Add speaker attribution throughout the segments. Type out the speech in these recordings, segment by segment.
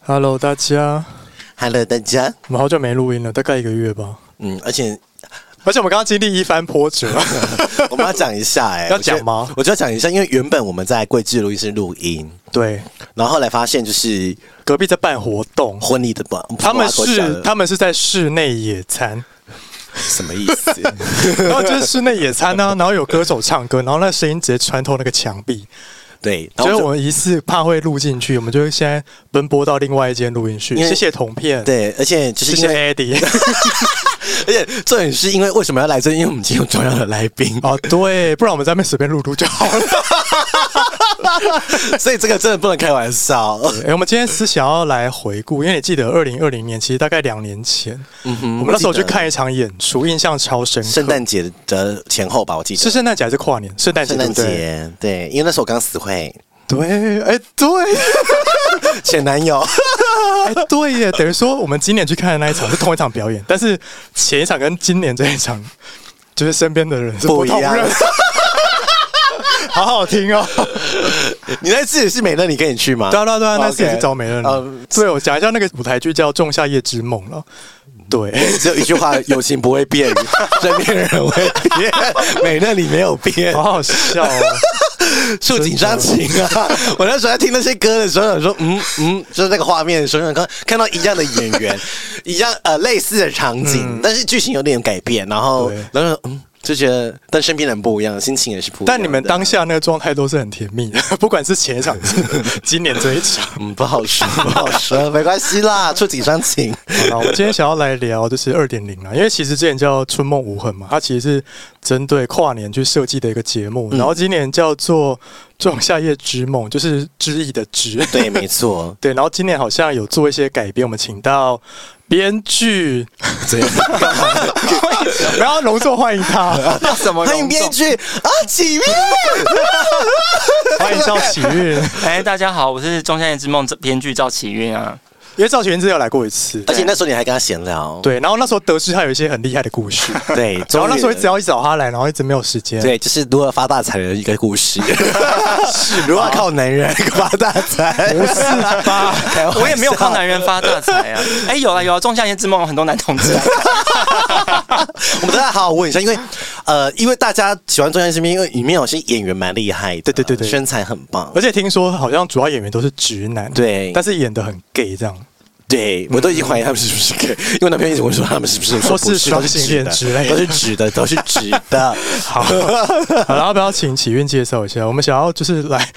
Speaker 1: Hello，大家，
Speaker 2: Hello，大家，
Speaker 1: 我们好久没录音了，大概一个月吧。
Speaker 2: 嗯，而 且
Speaker 1: 而且我们刚刚经历一番波 折，
Speaker 2: 我们要讲一下、哎，
Speaker 1: 要讲吗
Speaker 2: 我觉得我就要讲一下，因为原本我们在桂枝录音室录音，
Speaker 1: 对，
Speaker 2: 然后后来发现就是
Speaker 1: 隔壁在办活动，
Speaker 2: 婚礼的吧，
Speaker 1: 他们
Speaker 2: 不是我要
Speaker 1: 是
Speaker 2: 说
Speaker 1: 他们是在室内野餐，
Speaker 2: 什么意思？
Speaker 1: 然后就是室内野餐 呢、然后有歌手唱歌，然后那声音直接穿透那个墙壁，
Speaker 2: 对，然
Speaker 1: 所以
Speaker 2: 后
Speaker 1: 我
Speaker 2: 我
Speaker 1: 们疑似怕会录进去，我们就现在奔波到另外一间录音室。
Speaker 2: 因为
Speaker 1: 谢谢铜片，，
Speaker 2: 对，而且就
Speaker 1: 谢
Speaker 2: 是因
Speaker 1: 谢
Speaker 2: 为，
Speaker 1: Eddie。
Speaker 2: 而且重点是因为为什么要来这？因为我们今天有重要 的来宾，
Speaker 1: 哦，对，不然我们在那边随便录录就好 了。
Speaker 2: 所以这个真的不能开玩笑。
Speaker 1: 哎、我们今天是想要来回顾，因为你记得二零二零年，其实大概两年前，我们那时候
Speaker 2: 我记
Speaker 1: 去
Speaker 2: 得
Speaker 1: 看一场演出，印象超深刻。
Speaker 2: 圣诞节的前后吧，我记得
Speaker 1: 是圣诞节还是跨年？圣诞节，
Speaker 2: 圣
Speaker 1: 对不
Speaker 2: 诞
Speaker 1: 对？
Speaker 2: 节，对，因为那时候我刚死 会，
Speaker 1: 对，哎、对，
Speaker 2: 前男友，
Speaker 1: 哎、对耶， 等于说我们今年去看的那一场是同一场表演，但是前一场跟今年这一场，就是身边的人是
Speaker 2: 不
Speaker 1: 不 同
Speaker 2: 一样
Speaker 1: 人。好好听哦！
Speaker 2: 你那次也是美乐，你可以去吗？
Speaker 1: 对啊对啊对啊，
Speaker 2: 哦
Speaker 1: 那次也是
Speaker 2: OK
Speaker 1: 找美人
Speaker 2: 呃
Speaker 1: 了。嗯对，我讲一下那个舞台剧叫《仲夏夜之梦》了。对，
Speaker 2: 只有一句话，友情不会变， 身边人会变，美乐你没有变，
Speaker 1: 好好笑哦。
Speaker 2: 触景伤情啊！ 我那时候在听那些歌的时候，想说嗯嗯，就是那个画面的时候，想看看到一样的演 员，一样呃类似的场景，但是剧情有点改变，然后
Speaker 1: 嗯对
Speaker 2: 然后嗯就觉得跟身边人不一样，心情也是不一样的。
Speaker 1: 但你们当下那个状态都是很甜蜜的， 不管是前一场、今年这一场。
Speaker 2: 嗯，不好说，不好说，没关系啦，触景伤情。
Speaker 1: 好啦，我们今天想要来聊就是二点零啦，啊因为其实之前叫《春梦无痕》嘛，它其实是针对跨年去设计的一个节目，然后今年叫做《 仲夏夜之梦》，就是知意的知。
Speaker 2: 对，没错，
Speaker 1: 对，然后今年好像有做一些改编，我们请到编剧，
Speaker 2: 这样。
Speaker 1: 然后隆重欢迎他，
Speaker 3: 什么
Speaker 2: 欢迎编剧啊，启月，
Speaker 1: 欢迎赵启运，
Speaker 3: 哎，大家好，我是《仲夏夜之梦》这编剧赵启运啊。
Speaker 1: 因为赵启运之前有来过一次，
Speaker 2: 而且那时候你还跟他闲聊，
Speaker 1: 对，然后那时候得知他有一些很厉害的故事，
Speaker 2: 对，
Speaker 1: 然
Speaker 2: 终
Speaker 1: 后
Speaker 2: 于
Speaker 1: 那时候一直要一直找他来，然后一直没有时间，
Speaker 2: 对，就是如何发大财的一个故事，是如何靠男人 发大财，不是吧？
Speaker 1: 哦
Speaker 3: 我也没有靠男人发大财啊。哎，有啊有啊，《仲夏夜之梦》有很多男同志 啊。
Speaker 2: 我们大家好好问一下，因为呃，因为大家喜欢《中央新兵》，因为里面有些演员蛮厉害的，
Speaker 1: 对对对对
Speaker 2: 身材很棒
Speaker 1: 而。且听说好像主要演员都是直男，
Speaker 2: 对
Speaker 1: 但是演的很 gay 这样，
Speaker 2: 对，我都已经怀疑他们是不是 gay，因为我男朋友一直问说他们是不是，我
Speaker 1: 说
Speaker 2: 说不
Speaker 1: 是
Speaker 2: 都
Speaker 1: 双性
Speaker 2: 直
Speaker 1: 恋
Speaker 2: 的
Speaker 1: 之类的
Speaker 2: 都是直的，都是直的。
Speaker 1: 好，好了，要不要请启运介绍一下？我们想要就是来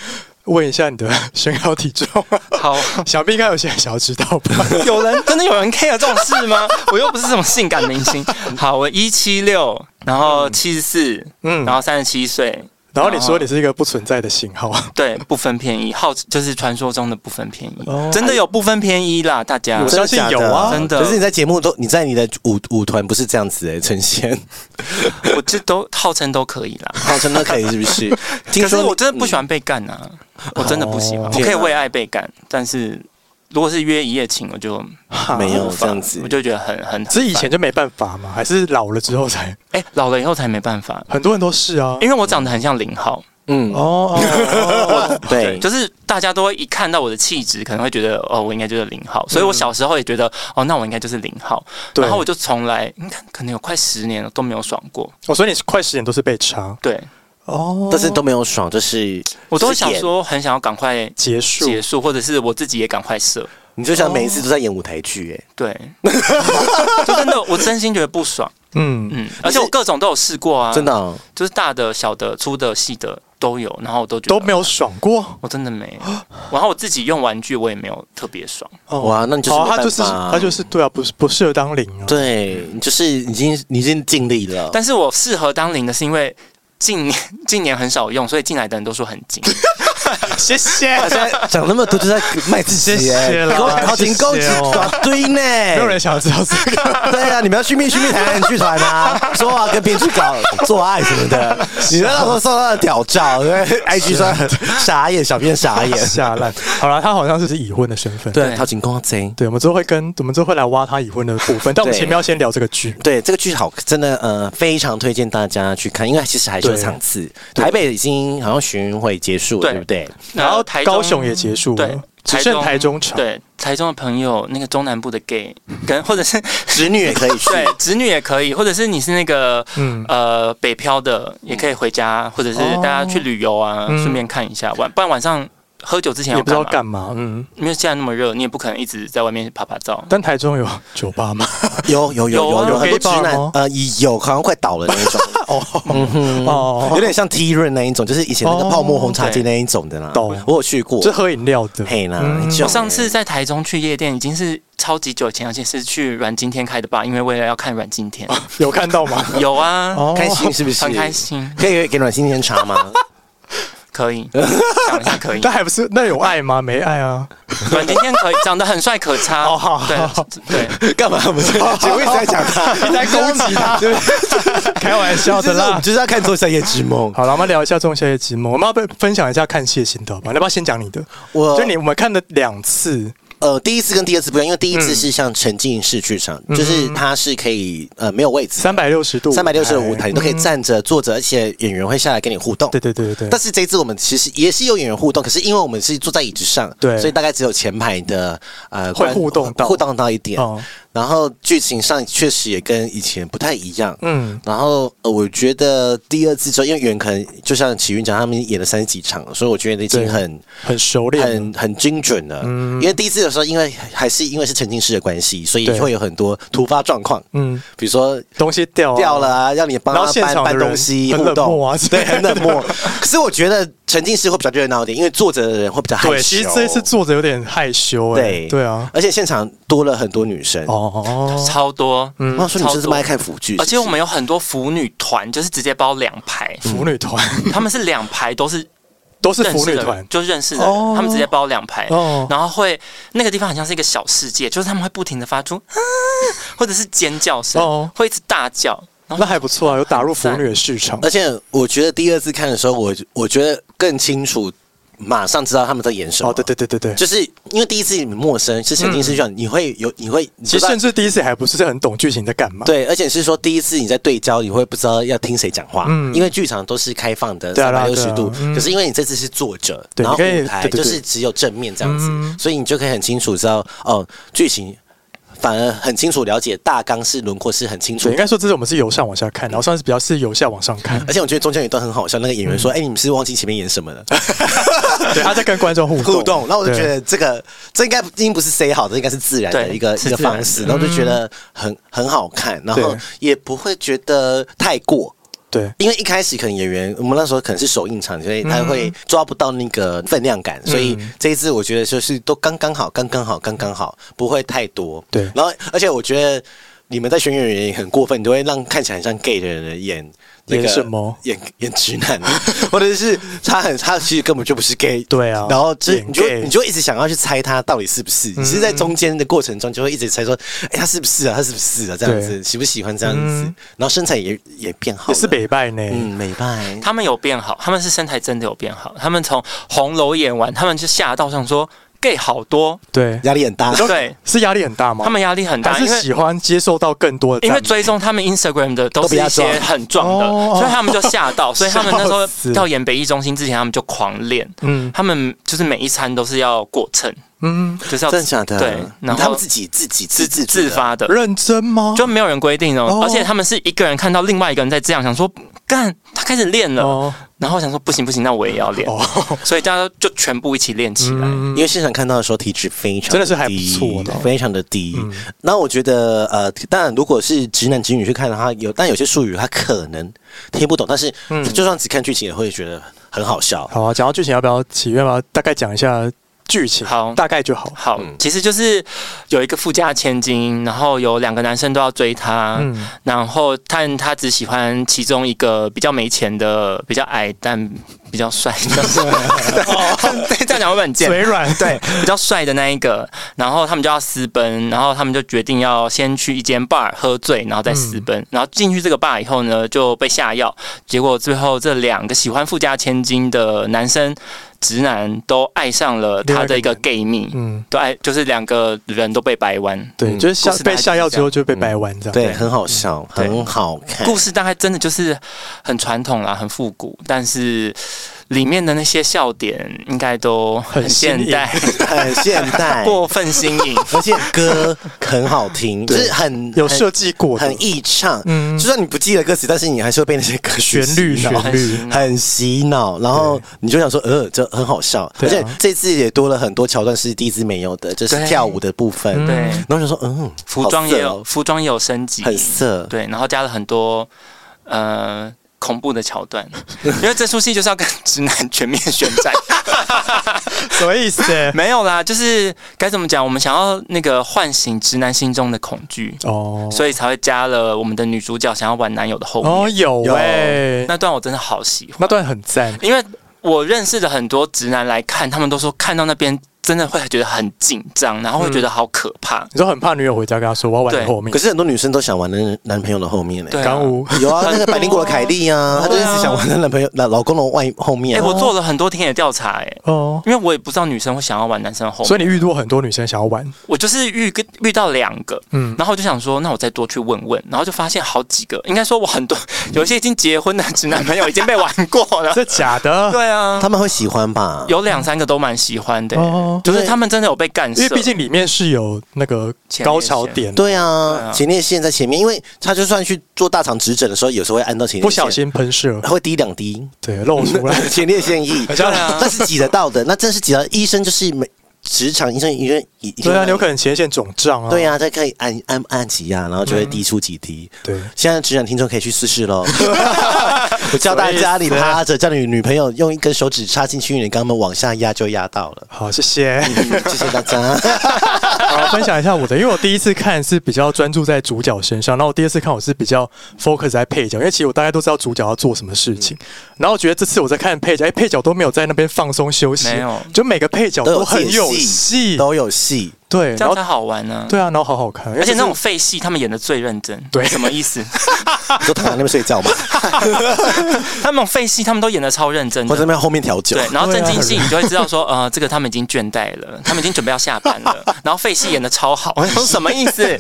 Speaker 1: 问一下你的身高体重，
Speaker 3: 好，
Speaker 1: 想必应该有些人想要知道吧？
Speaker 3: 有人真的有人 care 这种事吗？我又不是什么性感明星。好，我一七六，然后七十四，
Speaker 1: 嗯
Speaker 3: 嗯，然后三十七岁。
Speaker 1: 然后你说你是一个不存在的型号，
Speaker 3: 对不分偏一，好就是传说中的不分偏一
Speaker 1: 哦，
Speaker 3: 真的有不分偏一啦，大家
Speaker 1: 我。相信有啊
Speaker 3: 真的
Speaker 2: 可是你在节目都你在你的舞舞团不是这样子哎、呈 现，
Speaker 3: 我这都号称都可以啦。
Speaker 2: 号称哦都可以是不是？ 听
Speaker 3: 可是
Speaker 2: 说嗯
Speaker 3: 我真的不喜欢被干啊，我真的不喜欢。
Speaker 2: 哦
Speaker 3: 我可以为爱被干，但是如果是约一夜情，我就
Speaker 2: 没有
Speaker 3: 无
Speaker 2: 哦
Speaker 3: 法
Speaker 2: 这样子
Speaker 3: 我就觉得很很很
Speaker 1: 是以前就没办法吗？还是老了之后才？
Speaker 3: 哎、老了以后才没办法，
Speaker 1: 很多人都是啊。
Speaker 3: 因为我长得很像零号，
Speaker 2: 嗯，
Speaker 1: 哦，哦
Speaker 2: 对，
Speaker 3: 就是大家都会一看到我的气质，可能会觉得哦，我应该就是零号，所以
Speaker 2: 嗯
Speaker 3: 我小时候也觉得哦，那我应该就是零号，
Speaker 1: 对
Speaker 3: 然后我就从来你看可能有快十年了都没有爽过，
Speaker 1: 我说你快十年都是被查
Speaker 3: 对
Speaker 1: 哦，
Speaker 2: 但是都没有爽，就是
Speaker 3: 我都会想，说很想要赶快
Speaker 1: 结束
Speaker 3: 结束，或者是我自己也赶快射，
Speaker 2: 你就像每一次都在演舞台剧、哎、
Speaker 3: 对， 就真的我真心觉得不爽，
Speaker 1: 嗯，
Speaker 3: 嗯，而且我各种都有试过啊，
Speaker 2: 真的、哦，
Speaker 3: 就是大的、小的、粗的、细的都有，然后我都觉得
Speaker 1: 都没有爽过
Speaker 3: 我真的没。然后我自己用玩具，我也没有特别爽。
Speaker 1: 哦
Speaker 2: 哇那你就是
Speaker 1: 好啊他
Speaker 2: 没
Speaker 1: 就
Speaker 2: 办
Speaker 1: 是
Speaker 2: 法啊
Speaker 1: 他就是对啊，不是不适合当零啊。
Speaker 2: 对，你就是已经你已经尽力了，
Speaker 3: 但是我适合当零的是因为近年 近年很少用，所以进来的人都说很紧。
Speaker 1: 谢谢。
Speaker 2: 他现在讲哎那么多就在卖自己耶、
Speaker 1: 谢谢啦
Speaker 2: 给我好
Speaker 3: 哦
Speaker 2: 请够一大堆呢。
Speaker 1: 没有人想要知道这个。
Speaker 2: 对啊，你们要去密去密台南剧团啊， 说啊跟编剧搞做爱什么的，你那时候受到的屌照，对不对 IG 说傻眼，小编傻眼，
Speaker 1: 下烂。好了，他好像是已婚的身份。
Speaker 2: 哎对，陶景公啊贼。
Speaker 1: 对，我们之后会跟我们之后会来挖他已婚的部分，但我们前面要先聊这个剧。
Speaker 2: 对这个剧好，真的呃，非常推荐大家去看，因为其实还是有场次。台北已经好像巡运会结束了，
Speaker 3: 对
Speaker 2: 对不对？
Speaker 1: 然后
Speaker 3: 台中
Speaker 1: 高雄也结束
Speaker 3: 对
Speaker 1: 了，只剩台中场。
Speaker 3: 对台中的朋友，那个中南部的 gay 跟 或 者是
Speaker 2: 侄女也可以去。
Speaker 3: 对侄女也可以，或者是你是那个
Speaker 1: 嗯，哦
Speaker 3: 呃北漂的，也可以回家，或者是大家去旅游啊，
Speaker 1: 嗯
Speaker 3: 顺便看一下晚，不然晚上喝酒之前
Speaker 1: 也
Speaker 3: 要
Speaker 1: 不知道
Speaker 3: 干嘛，
Speaker 1: 干嘛。嗯，
Speaker 3: 因为现在那么热，你也不可能一直在外面拍拍照。
Speaker 1: 但台中有 酒吧吗？
Speaker 2: 有有有
Speaker 3: 有啊
Speaker 2: 有有很
Speaker 1: 有
Speaker 2: 多
Speaker 1: gay
Speaker 2: 直
Speaker 1: bar
Speaker 2: 男
Speaker 1: 吗，
Speaker 2: 呃，有好像快倒了那一种，嗯
Speaker 1: 哦
Speaker 2: 有，点像 T 润那一种，就是以前那个泡沫红茶街那一种的啦。
Speaker 1: 懂
Speaker 2: 我有去过，
Speaker 1: 是喝饮料的。
Speaker 2: 哦嘿啦
Speaker 1: 嗯，
Speaker 2: 就
Speaker 3: 我上次在台中去夜店，已经是超级久以前，而且是去阮经天开的吧，因为为了要看阮经天。
Speaker 1: 有看到吗？
Speaker 3: 有啊，
Speaker 1: 哦
Speaker 2: 开心是不是？
Speaker 3: 很开。心，
Speaker 2: 可以给暖心天茶吗？
Speaker 3: 可以讲一 下可以。
Speaker 1: 但还不是那有爱吗？没爱啊。
Speaker 3: 阮经天可以，长得很帅可擦
Speaker 1: 哦好。好
Speaker 3: 对对，
Speaker 2: 干嘛？我们 请问一直在讲他，你在攻击他？
Speaker 1: 开玩笑的
Speaker 2: 就是我们
Speaker 1: 啦。
Speaker 2: 就是要看《做夏夜之梦》。
Speaker 1: 好了，我们聊一下《仲夏夜之梦》，我们要不要分享一下看戏的心得吧？你要不要先讲你的？
Speaker 2: 我
Speaker 1: 就你我们看了两次，
Speaker 2: 呃，第一次跟第二次不一样，因为第一次是像沉浸式剧场，就是它是可以呃没有位置，
Speaker 1: 三百六十度，
Speaker 2: 三百六十的舞台，你都可以站着、坐着，而且演员会下来跟你互动。
Speaker 1: 对对对对对。
Speaker 2: 但是这一次我们其实也是有演员互动，可是因为我们是坐在椅子上，
Speaker 1: 对
Speaker 2: 所以大概只有前排的呃
Speaker 1: 会
Speaker 2: 观
Speaker 1: 互动到
Speaker 2: 互动到一点。
Speaker 1: 哦
Speaker 2: 然后剧情上确实也跟以前不太一样。
Speaker 1: 嗯，
Speaker 2: 然后呃，我觉得第二次之后，因为演员可能就像启云讲，他们演了三十几场，所以我觉得已经
Speaker 1: 对
Speaker 2: 很
Speaker 1: 很熟练，
Speaker 2: 很很精准的，因为第一次的时候，因为还是因为是沉浸式的关系，所以
Speaker 1: 对
Speaker 2: 会有很多突发状况，
Speaker 1: 嗯，
Speaker 2: 比如说
Speaker 1: 东西掉
Speaker 2: 掉了，啊，让你帮
Speaker 1: 然后
Speaker 2: 他
Speaker 1: 现
Speaker 2: 搬
Speaker 1: 场的
Speaker 2: 搬
Speaker 1: 人
Speaker 2: 东西，
Speaker 1: 很
Speaker 2: 互
Speaker 1: 冷
Speaker 2: 动
Speaker 1: 漠啊，
Speaker 2: 对，很冷漠。 可是我觉得沉浸式会比较热闹一点，因为坐着的人会比较害羞。
Speaker 1: 对，其实这一次坐着有点害羞，哎
Speaker 2: 对呃
Speaker 1: 对啊，
Speaker 2: 而且现场多了很多女生。
Speaker 1: 哦，
Speaker 3: 超多。
Speaker 2: 我想说你
Speaker 3: 超
Speaker 2: 是这么爱看腐剧，
Speaker 3: 而且
Speaker 2: 是
Speaker 3: 我
Speaker 2: 不是
Speaker 3: 们有很多腐女团，就是直接包两排，
Speaker 1: 嗯腐女团
Speaker 3: 他们是两排都是
Speaker 1: 都是
Speaker 3: 认
Speaker 1: 腐
Speaker 3: 识
Speaker 1: 女
Speaker 3: 的
Speaker 1: 团
Speaker 3: 人，，就认识的
Speaker 1: 哦
Speaker 3: 人，他们直接包两排，
Speaker 1: 哦
Speaker 3: 然后会那个地方很像是一个小世界，就是他们会不停的发出啊，或者是尖叫
Speaker 1: 哦
Speaker 3: 声，会一直大叫，然
Speaker 1: 那
Speaker 3: 后
Speaker 1: 还不错啊，有打入腐女的市场
Speaker 2: 而，且我觉得第二次看的时候，我我觉得更清楚，马上知道他们在演什么。
Speaker 1: 哦，对对对对嗯对。
Speaker 2: 就是因为第一次你陌生，是沉浸式剧场，你会有你会你不
Speaker 1: 其
Speaker 2: 知
Speaker 1: 实
Speaker 2: 道
Speaker 1: 甚至第一次还不是很懂剧情在干嘛，
Speaker 2: 对，而且是说第一次你在对焦，你会不知道要听谁讲话，
Speaker 1: 嗯
Speaker 2: 因为剧场都是开放的
Speaker 1: 对啊
Speaker 2: 三
Speaker 1: 对啊
Speaker 2: 百六十度
Speaker 1: 对啊嗯，
Speaker 2: 可是因为你这次是坐着，
Speaker 1: 对
Speaker 2: 然后
Speaker 1: 你可以
Speaker 2: 舞台
Speaker 1: 对对对
Speaker 2: 就是只有正面这样子，
Speaker 1: 嗯
Speaker 2: 所以你就可以很清楚知道哦剧情。反而很清楚了解大纲是轮廓是很清楚
Speaker 1: 对，应
Speaker 2: 的，
Speaker 1: 该说这是我们是由上往下看，然后上次比较是由下往上 看，
Speaker 2: 而且我觉得中间有一段很好笑，那个演员
Speaker 1: 嗯
Speaker 2: 说：“哎、你们是忘记前面演 什么了？”
Speaker 1: 对，他在跟观众互动
Speaker 2: 互动，然后我就
Speaker 1: 对
Speaker 2: 觉得这个这应该已经不是 say 好的，这应该是自然的
Speaker 3: 对
Speaker 2: 一个
Speaker 3: 是
Speaker 2: 一个
Speaker 3: 自然
Speaker 2: 方式，然后就觉得很很好看，然后
Speaker 1: 对
Speaker 2: 也不会觉得太过。
Speaker 1: 对，
Speaker 2: 因为一开始可能演员，我们那时候可能是首映场，所以他
Speaker 1: 嗯
Speaker 2: 会抓不到那个分量感，所以这一次我觉得就是都刚刚好，刚刚好，刚刚好，不会太多。
Speaker 1: 对
Speaker 2: 然后而且我觉得你们在选演员也很过分，你都会让看起来很像 gay 的人演。那个
Speaker 1: 演什么
Speaker 2: 演演直男， 或者是他很他其实根本就不是 gay，
Speaker 1: 对啊
Speaker 2: 然后就
Speaker 1: 演
Speaker 2: 你就
Speaker 1: gay 嗯
Speaker 2: 你就一直想要去猜他到底是不是，你是在中间的过程中就会一直猜说，哎，他是不是啊？他是不是啊？这样
Speaker 1: 对
Speaker 2: 子喜不喜欢这样子
Speaker 1: 嗯？
Speaker 2: 然后身材也也变好
Speaker 1: 也
Speaker 2: 了，
Speaker 1: 是北拜呢，
Speaker 2: 嗯，美拜。
Speaker 3: 他们有变好，他们是身材真的有变好，他们从红楼演完，他们就吓到想说 gay 好多，
Speaker 1: 对，
Speaker 2: 压力很 大，
Speaker 3: 对
Speaker 1: 是压力很大吗？
Speaker 3: 他们压力很大，
Speaker 1: 还
Speaker 3: 因
Speaker 1: 是
Speaker 3: 为
Speaker 1: 喜欢接受到更多的
Speaker 3: 因
Speaker 1: 赞美，
Speaker 3: 为追踪他们 Instagram 的都
Speaker 2: 都比
Speaker 3: 是
Speaker 2: 较
Speaker 3: 一
Speaker 2: 壮
Speaker 3: 些很壮的，
Speaker 1: 哦
Speaker 3: 所以他们就吓到，所以他们那时
Speaker 1: 笑
Speaker 3: 候
Speaker 1: 死
Speaker 3: 要演北艺中心之前，他们就狂练，
Speaker 1: 嗯
Speaker 3: 他们就是每一餐都是要过秤，
Speaker 1: 嗯，
Speaker 3: 就是要
Speaker 2: 真的假的？
Speaker 3: 对，然后
Speaker 2: 他们自己自己自
Speaker 3: 自
Speaker 2: 自
Speaker 3: 自
Speaker 2: 自
Speaker 3: 自
Speaker 2: 发，
Speaker 3: 发的，
Speaker 1: 认真吗？
Speaker 3: 就没有人规定
Speaker 1: 哦
Speaker 3: 哦，而且他们是一个人看到另外一个人在这样，想说干他开始练了，
Speaker 1: 哦
Speaker 3: 然后想说不行不行，那我也要练，
Speaker 1: 哦，
Speaker 3: 所以大家就全部一起练起来。
Speaker 1: 嗯
Speaker 2: 因为现场看到的时候体脂非常
Speaker 1: 真的是还不
Speaker 2: 低
Speaker 1: 错的哦嗯
Speaker 2: 非常的低。那我觉得呃，当然如果是直男直女去看的话，有但有些术语他可能听不懂，但是
Speaker 1: 嗯
Speaker 2: 就算只看剧情也会觉得很好笑。
Speaker 1: 好啊，讲到剧情，要不要起源？要不要大概讲一下剧情，
Speaker 3: 好
Speaker 1: 大概就好。
Speaker 3: 好
Speaker 2: 嗯，
Speaker 3: 其实就是有一个富家千金，然后有两个男生都要追她，
Speaker 1: 嗯
Speaker 3: 然后但她只喜欢其中一个比较没钱的、比较矮但比较帅 的，对，这样讲会不会很贱？
Speaker 1: 嘴软，
Speaker 3: 对，比较帅的那一个，然后他们就要私奔，然后他们就决定要先去一间 bar 喝醉，然后再私
Speaker 1: 嗯
Speaker 3: 奔。然后进去这个 bar 以后呢，就被下药，结果最后这两个喜欢富家千金的男生直男都爱上了他的一个 gay 蜜，
Speaker 1: 嗯，
Speaker 3: 都爱就是两个人都被掰弯。
Speaker 1: 对，
Speaker 2: 嗯
Speaker 1: 就是下
Speaker 3: 故事大概
Speaker 1: 被
Speaker 3: 就是
Speaker 1: 下药之
Speaker 3: 这嗯
Speaker 1: 后就被掰弯这样。
Speaker 2: 对，很好笑，
Speaker 3: 对
Speaker 2: 很好看。
Speaker 3: 故
Speaker 1: 嗯
Speaker 3: 事大概真的就是很传统啦，很复古，但是里面的那些笑点应该都很
Speaker 1: 很新
Speaker 3: 现
Speaker 1: 颖
Speaker 3: 代，
Speaker 2: 很现代，
Speaker 3: 过分新颖。
Speaker 2: 而且歌很好听，就是很
Speaker 1: 有设计过的
Speaker 2: 很，易唱。
Speaker 1: 嗯
Speaker 2: 就算你不记得歌词，但是你还是会被那些歌曲
Speaker 1: 旋律
Speaker 2: 洗
Speaker 1: 旋
Speaker 2: 脑
Speaker 1: 律
Speaker 3: 很
Speaker 2: 很洗脑，然后你就想说，呃，这很好笑，而
Speaker 1: 对啊
Speaker 2: 且这次也多了很多桥段是第一次没有的，就是
Speaker 3: 对
Speaker 2: 跳舞的部分。
Speaker 1: 嗯
Speaker 3: 对，
Speaker 2: 然后就说，嗯，
Speaker 3: 服装也
Speaker 2: 好色
Speaker 3: 有
Speaker 2: 哦，
Speaker 3: 服装也有升级，
Speaker 2: 很色
Speaker 3: 对，然后加了很多呃恐怖的桥段， 因为这出戏就是要跟直男全面宣战。
Speaker 1: 什么意思？
Speaker 3: 没有啦，就是该怎么讲，我们想要那个唤醒直男心中的恐惧，
Speaker 1: 哦，
Speaker 3: 所以才会加了我们的女主角想要玩男友的后面、
Speaker 1: 哦有
Speaker 2: 有
Speaker 1: 哎，
Speaker 3: 那段，我真的好喜欢，
Speaker 1: 那段很赞，
Speaker 3: 因为我认识的很多直男来看，他们都说看到那边真的会觉得很紧张，然后会觉得好可怕。
Speaker 2: 嗯
Speaker 1: 你说很怕女友回家跟他说我要玩你
Speaker 3: 对
Speaker 1: 后面
Speaker 2: 可，是很多女生都想玩男男朋友的后面呢。
Speaker 3: 对啊
Speaker 1: 刚无
Speaker 2: 有啊，那个百灵果的凯莉 啊，她就一直想玩她男朋友、老老公的外后
Speaker 3: 哎、
Speaker 2: 面啊。
Speaker 3: 我做了很多田野调查、哎，
Speaker 1: 哦，
Speaker 3: 因为我也不知道女生会想要玩男生的后
Speaker 1: 所
Speaker 3: 面，
Speaker 1: 以你遇过很多女生想要玩，
Speaker 3: 我就是遇跟遇到两个，
Speaker 1: 嗯，
Speaker 3: 然后我就想说，那我再多去问问，然后就发现好几个，应该说我很多 有一些已经结婚的直男朋友已经被玩过了，
Speaker 1: 这假的，
Speaker 3: 对啊
Speaker 2: 他，们会喜欢吧？
Speaker 3: 有两三个都蛮喜欢的、欸
Speaker 1: 哦
Speaker 3: 就是
Speaker 2: 对
Speaker 3: 他们真的有被干涉，
Speaker 1: 因为毕竟里面是有那个
Speaker 3: 前列腺
Speaker 1: 高潮点，
Speaker 2: 对
Speaker 3: 对
Speaker 2: 啊，
Speaker 3: 啊
Speaker 2: 前列腺在前面，因为她就算去做大肠指诊的时候，有时候会按到前列腺，
Speaker 1: 不小心喷射，
Speaker 2: 会滴两滴，
Speaker 1: 对，露出 来
Speaker 2: 前列 腺液，
Speaker 3: 对啊
Speaker 2: 那，是挤得到的，那真是挤到。医生就是每职场医生，医生一
Speaker 1: 对啊，你有可
Speaker 2: 能。
Speaker 1: 能前列腺肿胀啊，
Speaker 2: 对啊，再可以按按按挤压，然后就会滴出几滴。
Speaker 1: 对，
Speaker 2: 现在直男听众可以去试试喽。
Speaker 1: 嗯
Speaker 2: 我教大家，你
Speaker 1: 什么意思
Speaker 2: 趴着，叫你女朋友用一根手指插进去你的肛门往下压，就压到了。
Speaker 1: 好，谢谢。
Speaker 2: 嗯谢谢大家。
Speaker 1: 好，分享一下我的，因为我第一次看是比较专注在主角身上，然后我第二次看我是比较 focus 在配角，因为其实我大概都知道主角要做什么事情，然后我觉得这次我在看配角，哎、配角都没有在那边放松休息
Speaker 3: 没有，
Speaker 1: 就每个配角 都很有
Speaker 2: 都有自己
Speaker 1: 戏，
Speaker 2: 都有戏，
Speaker 1: 对，然
Speaker 3: 这样
Speaker 1: 后
Speaker 3: 才好玩呢、
Speaker 1: 对啊，然后好好看，
Speaker 3: 而且
Speaker 1: 因
Speaker 3: 那种
Speaker 1: 为
Speaker 3: 废戏，他们演的最认真，
Speaker 1: 对
Speaker 3: 什么意思？
Speaker 2: 你说躺在那边睡觉 嘛，
Speaker 3: 他们那种废戏，他们都演的超认真
Speaker 2: 或者
Speaker 3: 的
Speaker 2: 那。边后面调酒
Speaker 3: 对，。然后
Speaker 1: 对
Speaker 3: 正
Speaker 1: 啊
Speaker 3: 经戏你就会知道说，呃，这个他们已经倦怠了，他们已经准备要下班了。然后废戏演的超好，我说什么意思？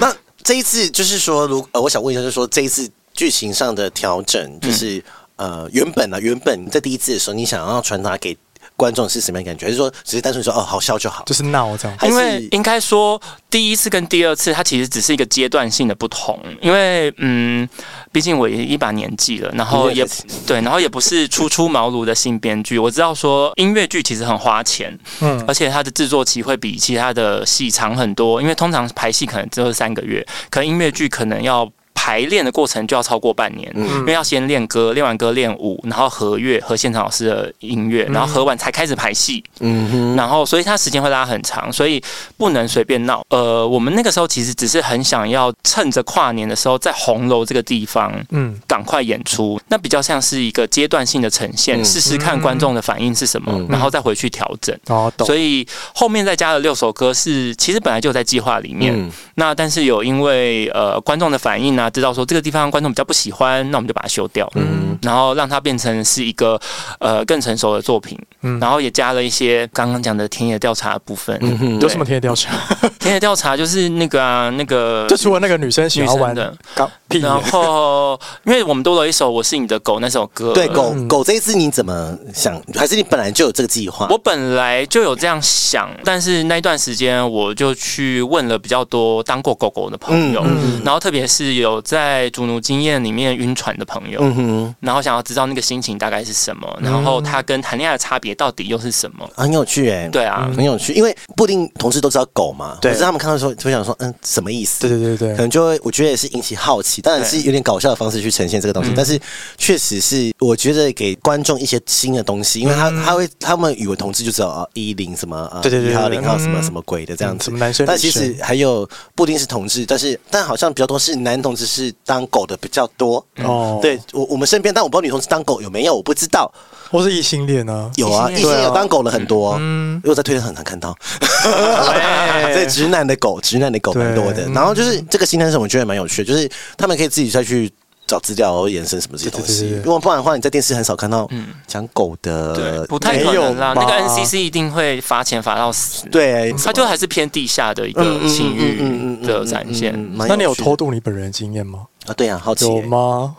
Speaker 2: 那这一次就是说，如呃，我想问一下，就是说这一次剧情上的调整，就是、呃，原本啊，原本在第一次的时候，你想要传达给观众是什么样的感觉？还是说只是单纯说哦，好笑就好
Speaker 1: 就？是闹这样，
Speaker 2: 还
Speaker 3: 因
Speaker 2: 是
Speaker 3: 为应该说，第一次跟第二次，它其实只是一个阶段性的不同。因为，嗯，毕竟我也一把年纪了，然后
Speaker 2: 你也
Speaker 3: 也对，然后也不是初出茅庐的新编剧。我知道说音乐剧其实很花钱，
Speaker 1: 嗯
Speaker 3: 而且它的制作期会比其他的戏长很多，因为通常排戏可能只有三个月，可能音乐剧可能要。排练的过程就要超过半年，
Speaker 2: 嗯
Speaker 3: 因为要先练歌，练完歌练舞，然后合乐和现场老师的音乐，然后合完才开始排戏。
Speaker 2: 嗯哼，
Speaker 3: 然后所以它时间会拉很长，所以不能随便闹。呃，我们那个时候其实只是很想要趁着跨年的时候，在红楼这个地方。
Speaker 1: 嗯，
Speaker 3: 赶快演出，那比较像是一个阶段性的呈现，
Speaker 2: 嗯
Speaker 3: 试试看观众的反应是什么，
Speaker 2: 嗯
Speaker 3: 然后再回去调整。
Speaker 1: 哦，懂，
Speaker 3: 所以后面再加了六首歌是，其实本来就有在计划里面。
Speaker 2: 嗯
Speaker 3: 那但是有因为呃观众的反应啊，知道说这个地方观众比较不喜欢，那我们就把它修掉。
Speaker 2: 嗯
Speaker 3: 然后让它变成是一个呃更成熟的作品，
Speaker 1: 嗯
Speaker 3: 然后也加了一些刚刚讲的田野调查的部分。
Speaker 2: 嗯哼
Speaker 1: 有什么天调查？
Speaker 3: 田野调查就是那个啊，那个
Speaker 1: 就除了那个女生想
Speaker 3: 女
Speaker 1: 要玩
Speaker 3: 生的，
Speaker 1: 搞屁眼，
Speaker 3: 然后因为我们多了一首《我是你的狗》那首歌，
Speaker 2: 对狗狗这一次你怎么想？还是你本来就有这个计划？
Speaker 3: 我本来就有这样想，但是那一段时间我就去问了比较多当过狗狗的朋友，
Speaker 2: 嗯
Speaker 3: 然后特别是有有在主奴经验里面晕船的朋友，
Speaker 2: 嗯哼，
Speaker 3: 然后想要知道那个心情大概是什么，然后他跟谈恋爱的差别到底又是什么？
Speaker 2: 很有趣哎、
Speaker 3: 对啊，
Speaker 2: 很有趣，因为不一定同事都知道狗嘛，
Speaker 1: 对
Speaker 2: 可是他们看到的时候就会想说，嗯，什么意思？
Speaker 1: 对对对
Speaker 2: 可
Speaker 1: 对，
Speaker 2: 能就会，我觉得也是引起好奇，当然是有点搞笑的方式去呈现这个
Speaker 1: 嗯
Speaker 2: 东西，但是确实是我觉得给观众一些新的东西，因为他、他会他们语文同志就知道啊一零什么啊
Speaker 1: 嗯对对对
Speaker 2: 一号
Speaker 1: 对
Speaker 2: 零号什么、
Speaker 1: 嗯
Speaker 2: 什么鬼的这样子，
Speaker 1: 嗯什么男生
Speaker 2: 但
Speaker 1: 女
Speaker 2: 其
Speaker 1: 生
Speaker 2: 实还有不一定是同志，但是但好像比较多是男同志是当狗的比较多。嗯
Speaker 1: 哦，
Speaker 2: 对，我我们身边，但我不知道女同志当狗有没有，我不知道
Speaker 1: 或是异性恋啊，
Speaker 2: 有啊，
Speaker 3: 异
Speaker 2: 异
Speaker 3: 性
Speaker 2: 性
Speaker 3: 恋
Speaker 2: 有当狗的很多，
Speaker 1: 嗯
Speaker 2: 嗯，因为我在推特很常看到，
Speaker 3: 喂
Speaker 2: 对，啊直男的狗，直男的狗蛮多的
Speaker 1: 哎对。嗯
Speaker 2: 然后就是这个新单身，我觉得蛮有趣的，就是他们可以自己再去找资料，然后延伸什么这些东
Speaker 1: 对对
Speaker 2: 西
Speaker 1: 对对。对嗯
Speaker 2: 因为不然的话，你在电视很少看到讲狗的
Speaker 3: 对，，不太可
Speaker 1: 呃没有
Speaker 3: 能啦。
Speaker 1: 吧
Speaker 3: 那个 NCC 一定会罚钱罚到死，，
Speaker 2: 对，
Speaker 3: 它就还是偏地下的一
Speaker 2: 嗯
Speaker 3: 个情欲的展现。
Speaker 1: 那
Speaker 2: 那
Speaker 1: 你有偷渡你本人的经验吗？
Speaker 2: 啊？对啊，好奇欸。
Speaker 1: 有吗？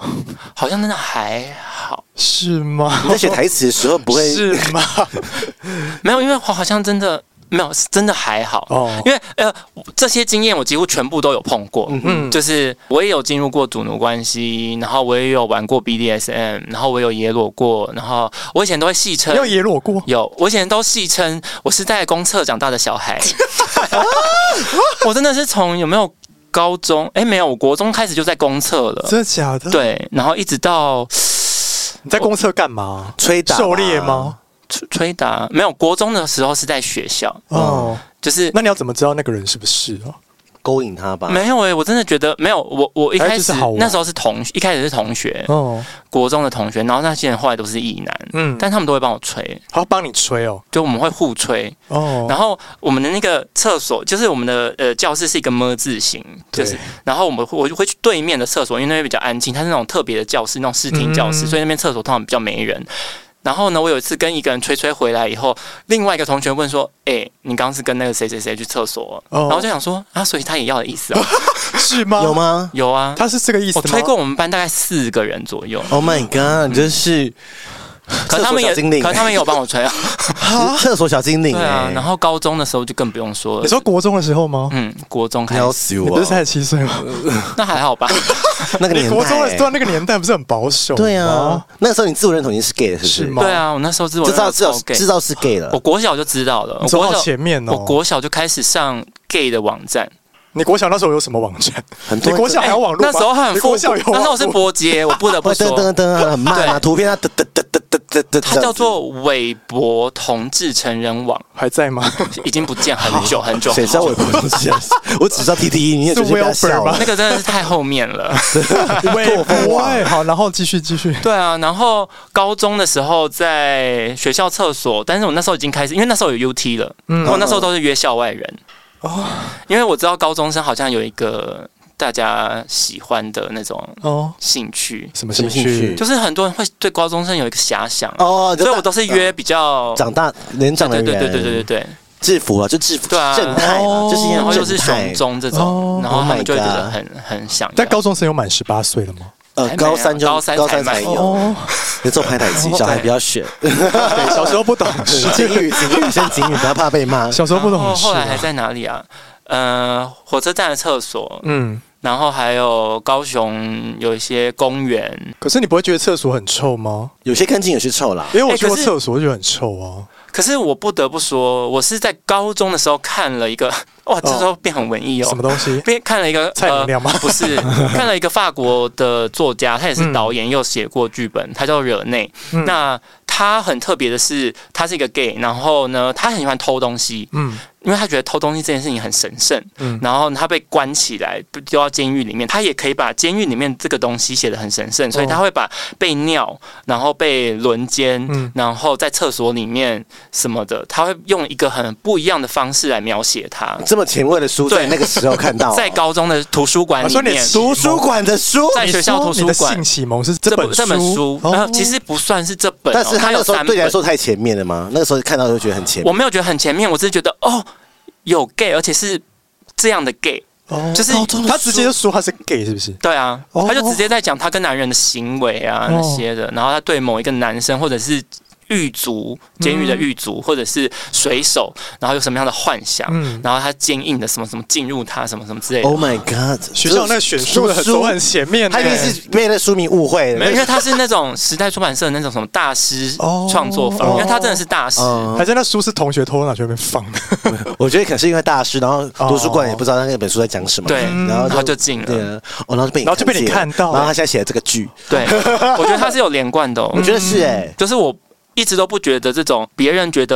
Speaker 3: 好像真的还好，
Speaker 1: 是 吗？
Speaker 2: 你在写台词的时候不会
Speaker 1: 是吗？
Speaker 3: 没有，因为我好像真的。没有，是真的还好，
Speaker 1: 哦
Speaker 3: 因为呃，这些经验我几乎全部都有碰过，
Speaker 1: 嗯
Speaker 3: 就是我也有进入过主奴关系，然后我也有玩过 BDSM，然后我有野裸过，然后我以前都会戏称
Speaker 1: 要野裸过，
Speaker 3: 有，我以前都戏称我是在公厕长大的 小孩， 我真的是从有没有高中？哎、没有，我国中开始就在公厕了。
Speaker 1: 真的假的？，
Speaker 3: 对，然后一直到
Speaker 1: 你在公厕干嘛？
Speaker 2: 吹打
Speaker 1: 狩猎？吗？
Speaker 3: 吹吹打，没有国中的时候是在学校，
Speaker 1: 哦，
Speaker 3: 就是
Speaker 1: 那你要怎么知道那个人是不是啊？
Speaker 2: 勾引他吧？
Speaker 3: 没有哎、我真的觉得没有，我我一
Speaker 1: 哎
Speaker 3: 开
Speaker 1: 就是
Speaker 3: 始
Speaker 1: 好玩
Speaker 3: 那时候是同一开始是同学，
Speaker 1: 哦，
Speaker 3: 国中的同学，然后那些人后来都是异男，
Speaker 1: 嗯，
Speaker 3: 但他们都会帮我吹，
Speaker 1: 他帮你吹哦，
Speaker 3: 就我们会互吹，
Speaker 1: 哦，
Speaker 3: 然后我们的那个厕所，就是我们的呃教室是一个么字形，
Speaker 1: 对
Speaker 3: 就是然后我们我就会去对面的厕所，因为那边比较安静，它是那种特别的教室，那种视听教室，
Speaker 1: 嗯
Speaker 3: 所以那边厕所通常比较没人。然后呢，我有一次跟一个人吹吹回来以后，另外一个同学问说：“哎、你刚刚是跟那个谁谁谁去厕所哦？”
Speaker 1: 哦
Speaker 3: 然后我就想说啊，所以他也要的意思啊，
Speaker 1: 是吗？
Speaker 2: 有？吗
Speaker 3: 有啊，
Speaker 1: 他是这个意思
Speaker 3: 我
Speaker 1: 吗？
Speaker 3: 吹过我们班大概四个人左右，
Speaker 1: 哦
Speaker 2: ？Oh my god！你真
Speaker 1: 嗯
Speaker 2: 是
Speaker 3: 可他们也
Speaker 2: 厕所小精灵
Speaker 3: 可他们也有帮我吹 啊，
Speaker 2: 厕所小精灵
Speaker 3: 对啊
Speaker 2: 哎。，
Speaker 3: 然后高中的时候就更不用说
Speaker 1: 你
Speaker 3: 了，
Speaker 1: 说国中的时候吗？
Speaker 3: 嗯，国中开
Speaker 2: 你要
Speaker 3: 始，
Speaker 2: 死
Speaker 1: 你不
Speaker 2: 我
Speaker 1: 是！才七岁吗？
Speaker 3: 那还好吧。
Speaker 2: 那个
Speaker 1: 你
Speaker 2: 年代
Speaker 1: 国中的
Speaker 2: 欸
Speaker 1: 对啊，啊那个年代不是很保守？
Speaker 2: 对啊，，那个时候你自我认同已经是 gay 了，是不是？
Speaker 1: 是吗
Speaker 3: 对啊，我那时候自我
Speaker 2: 知道
Speaker 3: 认
Speaker 2: 知
Speaker 3: 同
Speaker 2: 道
Speaker 3: 超 gay
Speaker 2: 知道是 gay 了哦
Speaker 3: 我。国小就知道了，我
Speaker 1: 你走
Speaker 3: 国
Speaker 1: 好
Speaker 3: 小
Speaker 1: 前面
Speaker 3: 我
Speaker 1: 哦。
Speaker 3: 国小就开始上 gay 的网站，哎
Speaker 1: 你国小那时候有什么网站？
Speaker 2: 很多
Speaker 1: 你国小还有网络吗？
Speaker 3: 那时候很
Speaker 1: 你
Speaker 3: 复
Speaker 1: 国
Speaker 3: 古，
Speaker 1: 小有网
Speaker 3: 那时候
Speaker 1: 络哦
Speaker 3: 我是伯杰，我不得不
Speaker 2: 噔噔
Speaker 3: 说，
Speaker 2: 噔噔，很慢啊，图片它噔噔噔噔噔噔噔，
Speaker 3: 它叫做韦伯同志成人网，
Speaker 1: 还在吗？
Speaker 3: 已经不见很久很久
Speaker 2: 谁
Speaker 3: 很
Speaker 2: 知道
Speaker 3: 久
Speaker 2: 我有东西啊？我只知道 T T E，你也直接给他笑了
Speaker 3: 那。个真的是太后面了。
Speaker 1: 喂
Speaker 2: 破风网
Speaker 1: 喂，好，然后继续继续。
Speaker 3: 对啊，然后高中的时候在学校厕所，但是我那时候已经开始，因为那时候有 UT 了，
Speaker 1: 嗯
Speaker 3: 我那时候都是约校外人
Speaker 1: 哦
Speaker 3: 哦，因为我知道高中生好像有一个大家喜欢的那种
Speaker 1: 哦，
Speaker 3: 兴趣，
Speaker 1: 什么
Speaker 2: 什
Speaker 1: 兴
Speaker 2: 么兴
Speaker 1: 趣
Speaker 2: 趣？
Speaker 3: 就是很多人会对高中生有一个遐想，
Speaker 2: 哦，
Speaker 3: 所以我都是约比较
Speaker 2: 长大年长的
Speaker 3: 对
Speaker 2: 人，
Speaker 3: 对对对对对对，
Speaker 2: 制服啊，就制服，
Speaker 3: 对啊
Speaker 2: 正太嘛，就是
Speaker 3: 然后又
Speaker 2: 一
Speaker 3: 是
Speaker 2: 是正
Speaker 3: 熊
Speaker 2: 太。
Speaker 3: 中这
Speaker 1: 哦
Speaker 3: 种，然后
Speaker 2: Oh
Speaker 3: 他们
Speaker 2: my
Speaker 3: 就会觉得
Speaker 2: God
Speaker 3: 很很想要。
Speaker 1: 但高中生有满十八岁了吗？
Speaker 2: 呃，高三就
Speaker 3: 高三才哦
Speaker 2: 高三
Speaker 3: 买
Speaker 2: 才有，
Speaker 1: 哦，
Speaker 2: 你做拍台机，小孩不要学。
Speaker 1: 对，小 时候不懂事，
Speaker 2: 警语，警语，先警语，不要怕被骂。
Speaker 1: 小时候不懂
Speaker 3: 然后
Speaker 1: 事
Speaker 3: 哦后来还
Speaker 1: 啊。
Speaker 3: 在哪里啊？呃，火车站的厕所，
Speaker 1: 嗯，
Speaker 3: 然后还有高雄有一些公园，
Speaker 1: 可是你不会觉得厕所很臭吗？
Speaker 2: 有些干净，有些臭啦。
Speaker 1: 因为我去
Speaker 3: 哎
Speaker 1: 过
Speaker 3: 可是
Speaker 1: 厕所，我就觉得很臭啊。
Speaker 3: 可是我不得不说，我是在高中的时候看了一个，哇，这时候变很文艺哦
Speaker 1: 什。么东西？
Speaker 3: 边看了一个呃
Speaker 1: 蔡明亮吗
Speaker 3: 不是，看了一个法国的作家，他也是导演，又写过剧本，他叫惹内。
Speaker 1: 嗯
Speaker 3: 那他很特别的是，他是一个 gay，然后呢，他很喜欢偷东西，
Speaker 1: 嗯
Speaker 3: 因为他觉得偷东西这件事情很神圣。
Speaker 1: 嗯
Speaker 3: 然后他被关起来，不丢到监狱里面，他也可以把监狱里面这个东西写得很神圣，所
Speaker 1: 哦
Speaker 3: 以他会把被尿，然后被轮奸，
Speaker 1: 嗯
Speaker 3: 然后在厕所里面什么的，他会用一个很不一样的方式来描写它。
Speaker 2: 这么前卫的书，在
Speaker 3: 对
Speaker 2: 那个时候看到，
Speaker 3: 在高中的图书馆
Speaker 1: 啊
Speaker 3: 里
Speaker 1: 所以你
Speaker 3: 面，
Speaker 2: 图书馆的书，
Speaker 3: 在学校图
Speaker 1: 哦你
Speaker 3: 书
Speaker 1: 的
Speaker 3: 馆
Speaker 1: 性启蒙是这本
Speaker 3: 这本书，然后
Speaker 1: 哦
Speaker 3: 其实不算是这本哦，
Speaker 2: 但是他
Speaker 3: 它
Speaker 2: 那
Speaker 3: 有
Speaker 2: 时候
Speaker 3: 三
Speaker 2: 对你来
Speaker 3: 本。
Speaker 2: 说太前面了吗？那个时候看到就觉得很前面。
Speaker 3: 我没有觉得很前面，我只是觉得哦，有 gay，而且是这样的 gay，
Speaker 1: 哦
Speaker 3: 就是
Speaker 1: 他直接就说他是 gay 是不是？
Speaker 3: 对啊，
Speaker 1: 哦
Speaker 3: 他就直接在讲他跟男人的行为啊
Speaker 1: 哦
Speaker 3: 那些的，然后他对某一个男生或者是。狱卒、监狱的狱卒，或者是水手，然后有什么样的幻想，
Speaker 1: 嗯
Speaker 3: 然后他坚硬的什么什么进入他什么什么之类的。
Speaker 2: Oh my god！
Speaker 1: 学校那选书的走很前面欸呢、
Speaker 2: 他一定是被那书名误会
Speaker 3: 没有，因
Speaker 2: 了。
Speaker 3: 为他是那种时代出版社的那种什么大师
Speaker 1: 哦
Speaker 3: 创作坊，因为他真的是大师。
Speaker 2: 嗯，
Speaker 1: 还是那书是同学偷拿去那边放的，
Speaker 2: 我觉得可能是因为大师，然后图书馆也不知道那本书在讲什么，
Speaker 3: 对
Speaker 2: 然后
Speaker 3: 然后就进了
Speaker 2: 嗯对啊哦，然后就被你
Speaker 1: 然后就被你看到
Speaker 2: 然后他现在写了这个剧，
Speaker 3: 对，我觉得他是有连贯的、哦。
Speaker 2: 我觉得是哎，
Speaker 3: 就是我一直都不觉得这种别人觉得、